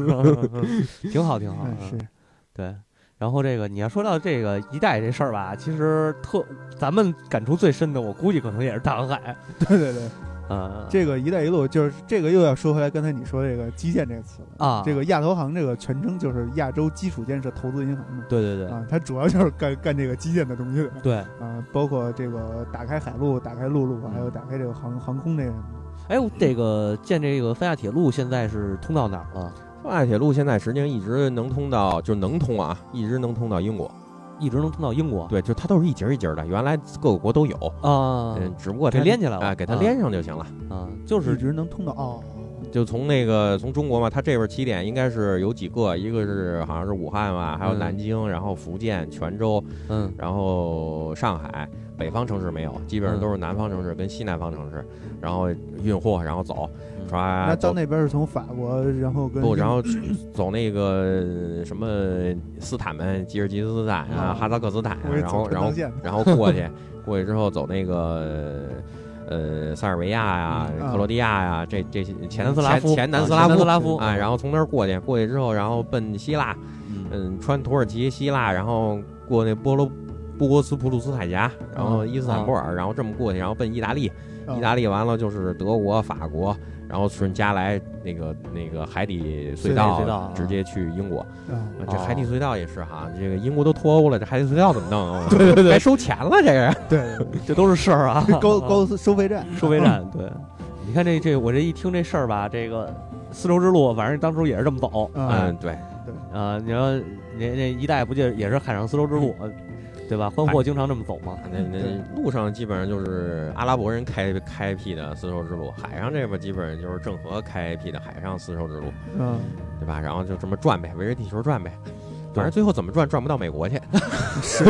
S2: 挺好挺好。啊
S1: 嗯是
S2: 对。然后这个你要说到这个一代这事儿吧，其实特咱们感触最深的，我估计可能也是大航 海。
S1: 对对对，
S2: 嗯，
S1: 这个“一带一路”就是这个又要说回来，刚才你说这个基建这个词了
S2: 啊
S1: 这个亚投行这个全称就是亚洲基础建设投资银行嘛，
S2: 对对对、
S1: 啊，它主要就是干干这个基建的东西的
S2: 对。
S1: 啊，包括这个打开海路、打开陆路，还有打开这个航航空这个什么
S2: 哎，我这个建这个三亚铁路现在是通到哪儿了？
S3: 泛亚铁路现在实际上一直能通到，就能通啊，一直能通到英国。
S2: 一直能通到英国。
S3: 对，就它都是一节儿一节儿的，原来各个国都有，
S2: 啊，
S3: 嗯，只不过它
S2: 给连起来了
S3: 啊，给它连上就行了。
S2: 啊，就
S1: 的，一
S2: 是
S1: 直能通到哦，
S3: 就从那个从中国嘛，它这边起点应该是有几个，一个是好像是武汉吧，还有
S2: 嗯
S3: 南京，然后福建、泉州，
S2: 嗯
S3: 然后上海，北方城市没有，基本上
S2: 嗯
S3: 都是南方城市跟西南方城市，然后运货，然后走，
S1: 那
S2: 啊
S3: 刷
S1: 到
S3: 走
S1: 那边是从法国，然后跟
S3: 不，
S1: 英
S3: 然 后走那个什么斯坦们，吉尔吉斯斯坦啊
S1: 啊，
S3: 哈萨克斯坦啊，
S1: 我也
S3: 然
S1: 走
S3: 后
S1: 陈
S3: 然
S1: 塘
S3: 后
S1: 县的
S3: 然后过去，过去之后走那个呃塞尔维亚呀、
S1: 嗯啊
S3: 克罗地亚呀，这这些前
S2: 南斯拉夫
S3: 前前南斯拉
S2: 啊前南
S3: 夫
S2: 斯拉夫
S3: 啊，然后从那儿过去，过去之后，然后奔希腊，
S2: 嗯
S3: 嗯，穿土耳其、希腊，然后过那波罗。布波斯普鲁斯海峡，然后伊斯坦布尔，然后这么过去，然后奔意大利，
S1: 啊
S3: 意大利完了就是德国、法国，然后顺加来那个那个海底
S1: 隧
S3: 隧
S2: 道
S3: 道，
S2: 隧道啊
S3: 直接去英国。
S1: 啊
S3: 啊这海底
S2: 哦
S3: 隧道也是哈，这个英国都脱欧了，这海底隧道怎么弄啊？对对对，该收钱了，这个。
S1: 对对 对，
S2: 这都是事儿啊
S1: 高高收费站，
S2: 收费站。对，你看这这我这一听这事儿吧，这个丝绸之路，反正当初也是这么走
S1: 啊
S3: 嗯，，对，
S2: 啊。你说那那一带不就也是海上丝绸之路，
S1: 嗯
S2: 呃对吧？欢货经常这么走嘛。
S3: 那那路上基本上就是阿拉伯人开开辟的丝绸之路，海上这边基本上就是郑和开辟的海上丝绸之路，
S1: 嗯，
S3: 对吧？然后就这么转呗，围着地球转呗。反正最后怎么转转不到美国去，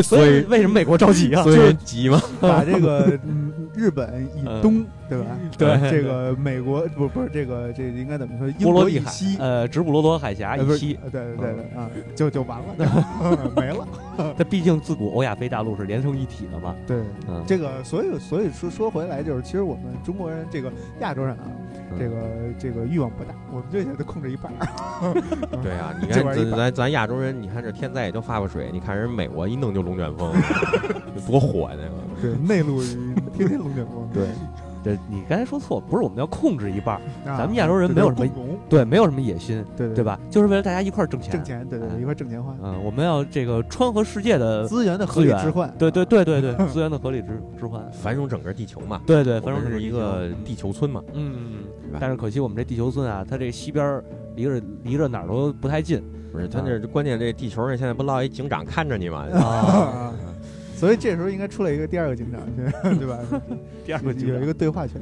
S2: 所以为什么美国着急啊？
S3: 所
S2: 就
S3: 以
S2: 是
S3: 急嘛。
S1: 把这个 嗯日本以东，对吧？
S2: 对
S1: 呃这个美国不不是这个这应该怎么说？英
S2: 波罗
S1: 国
S2: 的
S1: 以
S2: 海
S1: 西，
S2: 呃，直布罗陀海峡
S1: 呃不是
S2: 以西，嗯
S1: 呃对对对对啊，就就 完了，嗯没了。
S2: 它毕竟自古欧亚非大陆是连成一体的嘛。
S1: 对，
S2: 嗯，
S1: 这个所以所以说说回来就是，其实我们中国人这个亚洲人啊，
S2: 嗯
S1: 这个这个欲望不大，我们就想得控制一半儿。
S3: 对啊，你
S1: 这
S3: 看
S1: 玩意儿一
S3: 咱咱咱亚洲人，你看这天灾也就发发水，你看人美国一弄就龙卷风， 多火那个。
S1: 对，内陆与天天龙卷风。
S3: 对，
S2: 这你刚才说错，不是我们要控制一半儿，
S1: 啊
S2: 咱们亚洲人没有什么
S1: 这就是共荣
S2: 对，没有什么野心，
S1: 对
S2: 对？吧？就是为了大家一块儿挣钱。
S1: 嗯挣。钱，对对对，一块儿挣钱花，
S2: 嗯，我们要这个川和世界的
S1: 资源的合理
S2: 资源
S1: 置换。
S2: 对对对对对，
S1: 嗯
S2: 资源的合理置置换。
S3: 繁荣整个地球嘛，
S2: 对对，
S3: 我
S2: 反
S3: 们
S2: 正
S3: 是一个地球村嘛，
S2: 嗯，
S3: 对吧
S2: 但是可惜我们这地球村啊，它这西边儿离着离着哪儿都不太近
S3: 不是，他那关键这地球上现在不落一警长看着你嘛？
S2: 啊。
S1: 啊，所以这时候应该出来一个第二个警长， 对对吧？
S2: 第二
S1: 有一个对话权。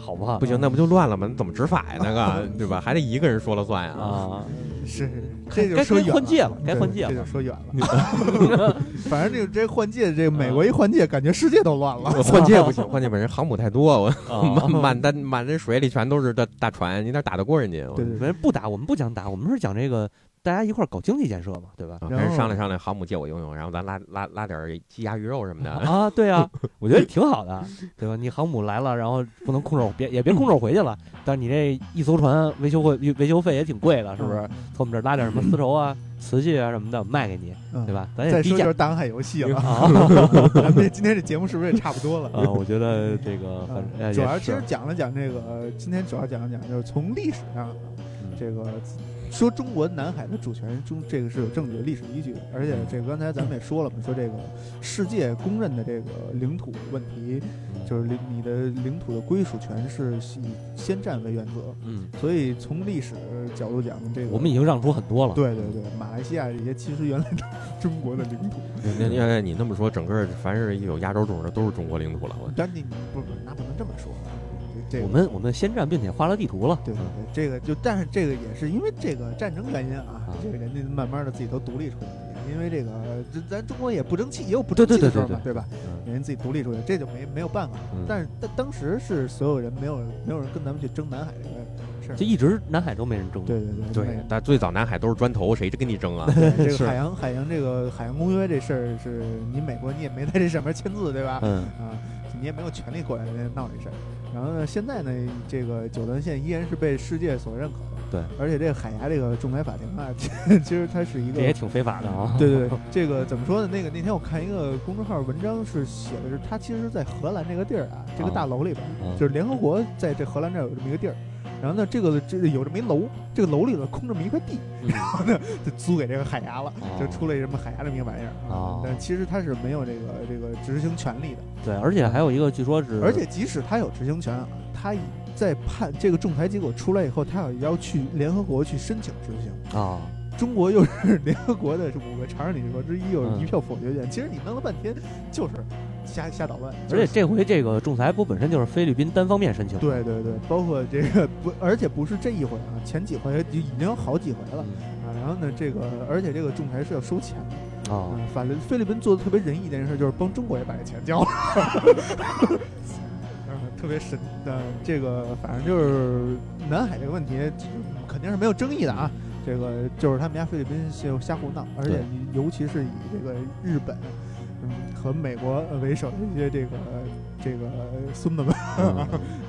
S2: 好不好？
S3: 不行，那不就乱了吗？你怎么执法呀？那个 对吧？还得一个人说了算呀。
S2: 啊，
S1: 是，这就
S2: 该
S1: 说
S2: 该
S1: 远
S2: 换届了，该
S1: 对
S2: 换届
S1: 这
S2: 了
S1: 就。说远了。反正这这换届，这美国一换届，感觉世界都乱了。
S3: 我换届不行， 换届本身航母太多，我
S2: 啊，
S3: 满
S1: 哦
S3: 满单满这水里全都是大大船，你哪打得过人家？我
S1: 对对
S2: 我
S1: 对，
S2: 们不打，我们不讲打，我们是讲这个大家一块儿搞经济建设嘛，对 吧？
S3: 啊，
S1: 然
S3: 还
S1: 后
S3: 是商量商量，航母借我用用，然后咱拉拉拉点儿鸡鸭鱼肉 什么的。嗯
S2: 啊，对啊，我觉得挺好的，对吧？你航母来了，然后不能空手别也别空手回去了，但是你这一艘船维修会维修费也挺贵的，是不
S1: 嗯
S2: 是？从我们这儿拉点什么丝绸啊、瓷器啊什么的卖给你，
S1: 嗯
S2: 对？吧？咱哎
S1: 再说
S2: 也低
S1: 就
S2: 价
S1: 是大航海游戏了，
S2: 啊
S1: 咱们这今天这节目是不是也差不多了？
S2: 啊！我觉得这个反正哎
S1: 嗯主要
S2: 也
S1: 其实
S2: 是
S1: 讲了讲这个，呃今天主要讲了讲就是从历史上啊
S2: 嗯
S1: 这个说中国南海的主权中，这个是有证据、历史依据的。而且这个刚才咱们也说了嘛，说这个世界公认的这个领土问题，
S2: 嗯
S1: 就是领你的领土的归属权是以先占为原则。
S2: 嗯，
S1: 所以从历史角度讲，这个
S2: 我们已经让出很多了，
S1: 对对对，马来西亚这些其实原来都是中国的领土，
S3: 那那你那么说，整个凡是有亚洲种的都是中国领土 了。我
S1: 但你不不，那不能这么说。啊这这个
S2: 我们我们先占并且画了地图了，嗯
S1: 对对对，这个就但是这个也是因为这个战争原因啊，这个人家慢慢的自己都独立出来了，也因为这个这咱中国也不争气，也有不争气的时候嘛，对吧？嗯人家自己独立出来，这就没没有办法。
S2: 嗯
S1: 但是但当时是所有人没有没有人跟咱们去争南海这个事儿
S2: 就，一直南海都没人争，
S1: 对对对
S3: 对，但最早南海都是砖头，谁跟你争啊？
S1: 对这
S2: 是
S1: 个海洋海洋这个海洋公约这事儿是你美国你也没在这上面签字对吧？
S2: 嗯，
S1: 啊，你也没有权利过来闹这事儿。然后呢，现在呢，这个九段线依然是被世界所认可的。
S2: 对，
S1: 而且这个海牙这个仲裁法庭啊， 这其实它是一个
S2: 这也挺非法的啊。
S1: 对对对，这个怎么说呢？那个那天我看一个公众号文章是写的是，它其实，在荷兰这个地儿啊，这个
S2: 啊
S1: 大楼里边，
S2: 啊
S1: 就是联合国在这荷兰这儿有这么一个地儿。然后呢，这个这有这么一楼，这个楼里头空这么一块地，
S2: 嗯
S1: 然后呢就租给这个海牙了，就出了一什么海牙这么一个玩意儿啊
S2: 哦
S1: 但其实它是没有这个这个执行权利的，
S2: 对，而且还有一个，据说是
S1: 而且即使他有执行权啊，他在判这个仲裁结果出来以后，他也要去联合国去申请执行。
S2: 啊，
S1: 中国又是联合国的五个常任理事国之一，又
S2: 嗯
S1: 是一票否决权。其实你弄了半天就是瞎瞎捣乱，就
S2: 而且
S1: 是
S2: 这回这个仲裁不本身就是菲律宾单方面申请，
S1: 对对对，包括这个不，而且不是这一回啊，前几回就已经有好几回了
S2: 嗯
S1: 啊。然后呢，这个而且这个仲裁是要收钱的。
S2: 啊
S1: 嗯，法律菲律宾做的特别仁义的一件事，就是帮中国也把这钱交了， 嗯特别神。呃，这个反正就是南海这个问题，肯定是没有争议的啊。这个就是他们家菲律宾就瞎胡闹，而且
S2: 对
S1: 尤其是以这个日本。嗯，和美国为首的一些这个这个孙 子们
S2: 嗯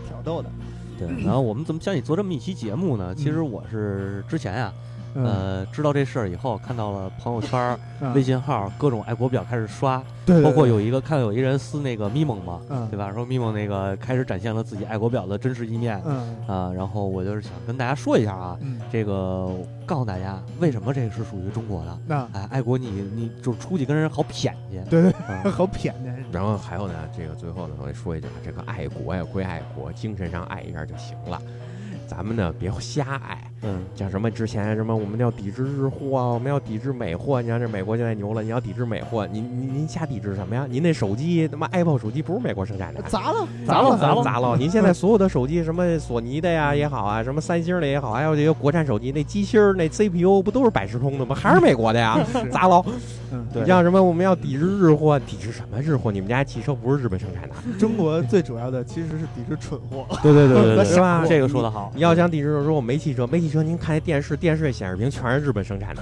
S1: 挑逗的，
S2: 对，然后我们怎么想起做这么一期节目呢？其实我是之前啊，
S1: 嗯，
S2: 呃，知道这事儿以后，看到了朋友圈儿、
S1: 嗯
S2: 微，信号各种爱国表开始刷，
S1: 对对
S2: 包括
S1: 对
S2: 有一个看有一人撕那个咪蒙嘛，
S1: 嗯
S2: 对吧？说咪蒙那个开始展现了自己爱国表的真实一面
S1: 嗯
S2: 啊。然后我就是想跟大家说一下啊，
S1: 嗯，
S2: 这个告诉大家为什么这个是属于中国的。
S1: 那
S2: 哎，爱国你你就出去跟人好谝去，
S1: 对对
S2: 啊
S1: 好谝的，
S3: 然后还有呢，这个最后呢，我得说一句啊，这个爱国呀归爱国，精神上爱一下就行了，咱们呢别瞎爱。
S2: 嗯，
S3: 像什么之前什么我们要抵制日货啊，我们要抵制美货。啊你看这美国现在牛了，你要抵制美货，您您您瞎抵制什么呀？您那手机他妈 Apple 手机不是美国生产的，
S1: 砸了
S2: 砸了
S1: 砸
S2: 砸了
S3: 砸了！您现在所有的手机，什么索尼的呀也好啊，什么三星的也好，还有这些国产手机那机芯儿、那 CPU 不都是百事通的吗？还是美国 的呀？
S1: 砸，
S3: 砸了！
S1: 嗯，
S2: 对
S3: 你像什么我们要抵制日货，抵制什么日货？你们家汽车不是日本生产的？
S1: 中国最主要的其实是抵制蠢货，
S2: 对对对对 对，
S1: 是
S3: 吧
S2: 这个说的好，
S3: 你要想抵制，说我没汽车，没汽车，您看那电视，电视那显示屏全是日本生 产的，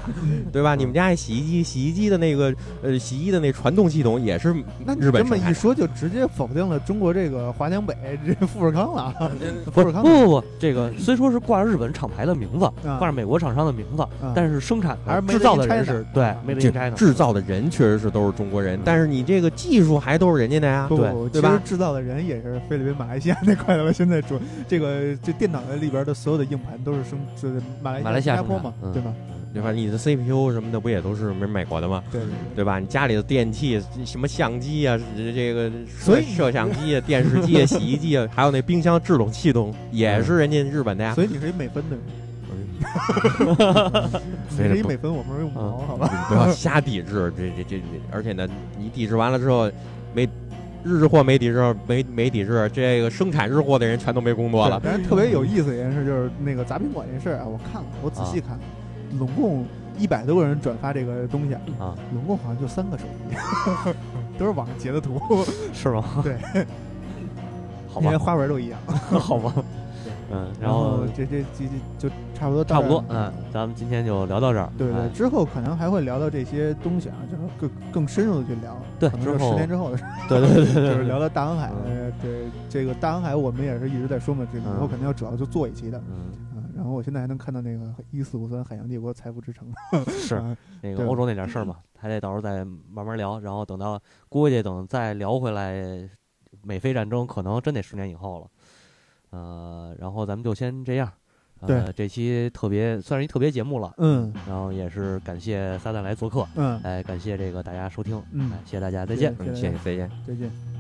S3: 对吧？你们家那洗衣机，洗衣机的那个呃洗衣的那传动系统也是
S1: 那你
S3: 日本
S1: 这
S3: 生
S1: 么
S3: 产的
S1: 一说，就直接否定了中国这个华强北这富士康了 啊，富
S2: 不
S1: 士
S2: 是
S1: 康
S2: 不
S1: 的
S2: 不不，这个虽说是挂着日本厂牌的名字，
S1: 啊
S2: 挂着美国厂商的名字，
S1: 嗯
S2: 但是生产
S1: 还是
S2: 的
S1: Made
S2: 制造的
S1: in
S2: 人
S1: China
S2: 是对
S1: 啊
S2: Made in
S3: 这
S2: China
S3: 制造的人确实是都是中国人，但是你这个技术还都是人家的呀
S1: 不。不
S2: 对
S1: 不，
S3: 对
S1: 其实
S3: 吧
S1: 制造的人也是菲律宾、马来西亚那块的。现在主这个这电脑的里边的所有的硬盘都是生是马来
S2: 马来西亚
S1: 新加坡
S2: 生产
S1: 嘛，
S2: 嗯
S1: 对吧？
S3: 对吧？你的 CPU 什么的不也都是美美国的吗？
S1: 对对对。
S3: 对吧？你家里的电器，什么相机啊，这这个
S1: 所以
S3: 摄像机啊、电视机啊、洗衣机啊，还有那冰箱制冷系统，也是人家日本的呀。
S1: 所以你是一美 分的人， 你
S3: 以
S1: 是一
S3: 不
S1: 美分，我们是用毛，好吧？
S3: 不要瞎抵制，这这这，而且呢，你抵制完了之后，没日货没抵制，没没抵制，这个生产日货的人全都没工作
S1: 对
S3: 了。
S1: 但是特别有意思的一件事就是那个砸宾馆这事儿啊，我看了，我仔细看了，总共一百多个人转发这个东西啊，
S2: 啊，
S1: 总共好像就三个手机， 都是网上截的图，
S2: 是吗？
S1: 对，
S2: 好
S1: 因为
S2: 吧，
S1: 花纹都一样。
S2: 好吧，嗯，然
S1: 然后
S2: 后
S1: 这这这这就差不多到
S2: 差不
S1: 这儿
S2: 多，嗯，咱们今天就聊到这儿，
S1: 对对
S2: 哎，
S1: 之后可能还会聊到这些东西啊，就是更更深入的去聊，
S2: 对
S1: 可能
S2: 之
S1: 就是
S2: 后
S1: 十年之后的事儿，
S2: 对对对
S1: 就
S2: 对
S1: 是
S2: 对，
S1: 聊到大航海。
S2: 嗯
S1: 呃对，这个大航海我们也是一直在说嘛，这个以后
S2: 嗯
S1: 肯定要主要就做一期的
S2: 嗯，
S1: 啊。然后我现在还能看到那个一四五三海洋帝国财富之城，
S2: 是
S1: 啊
S2: 那
S1: 对
S2: 个欧洲那点事儿嘛，还得到时候再慢慢聊，然后等到估计等再聊回来，美菲战争可能真得十年以后了，呃，然后咱们就先这样，呃，
S1: 对
S2: 这期特别算是一特别节目了，
S1: 嗯
S2: 然后也是感谢撒旦来做客，
S1: 嗯，
S2: 哎，感谢这个大家收听，
S1: 嗯
S2: 哎，谢谢大家，再见。
S1: 对
S3: 嗯，谢谢，再见。
S1: 再见。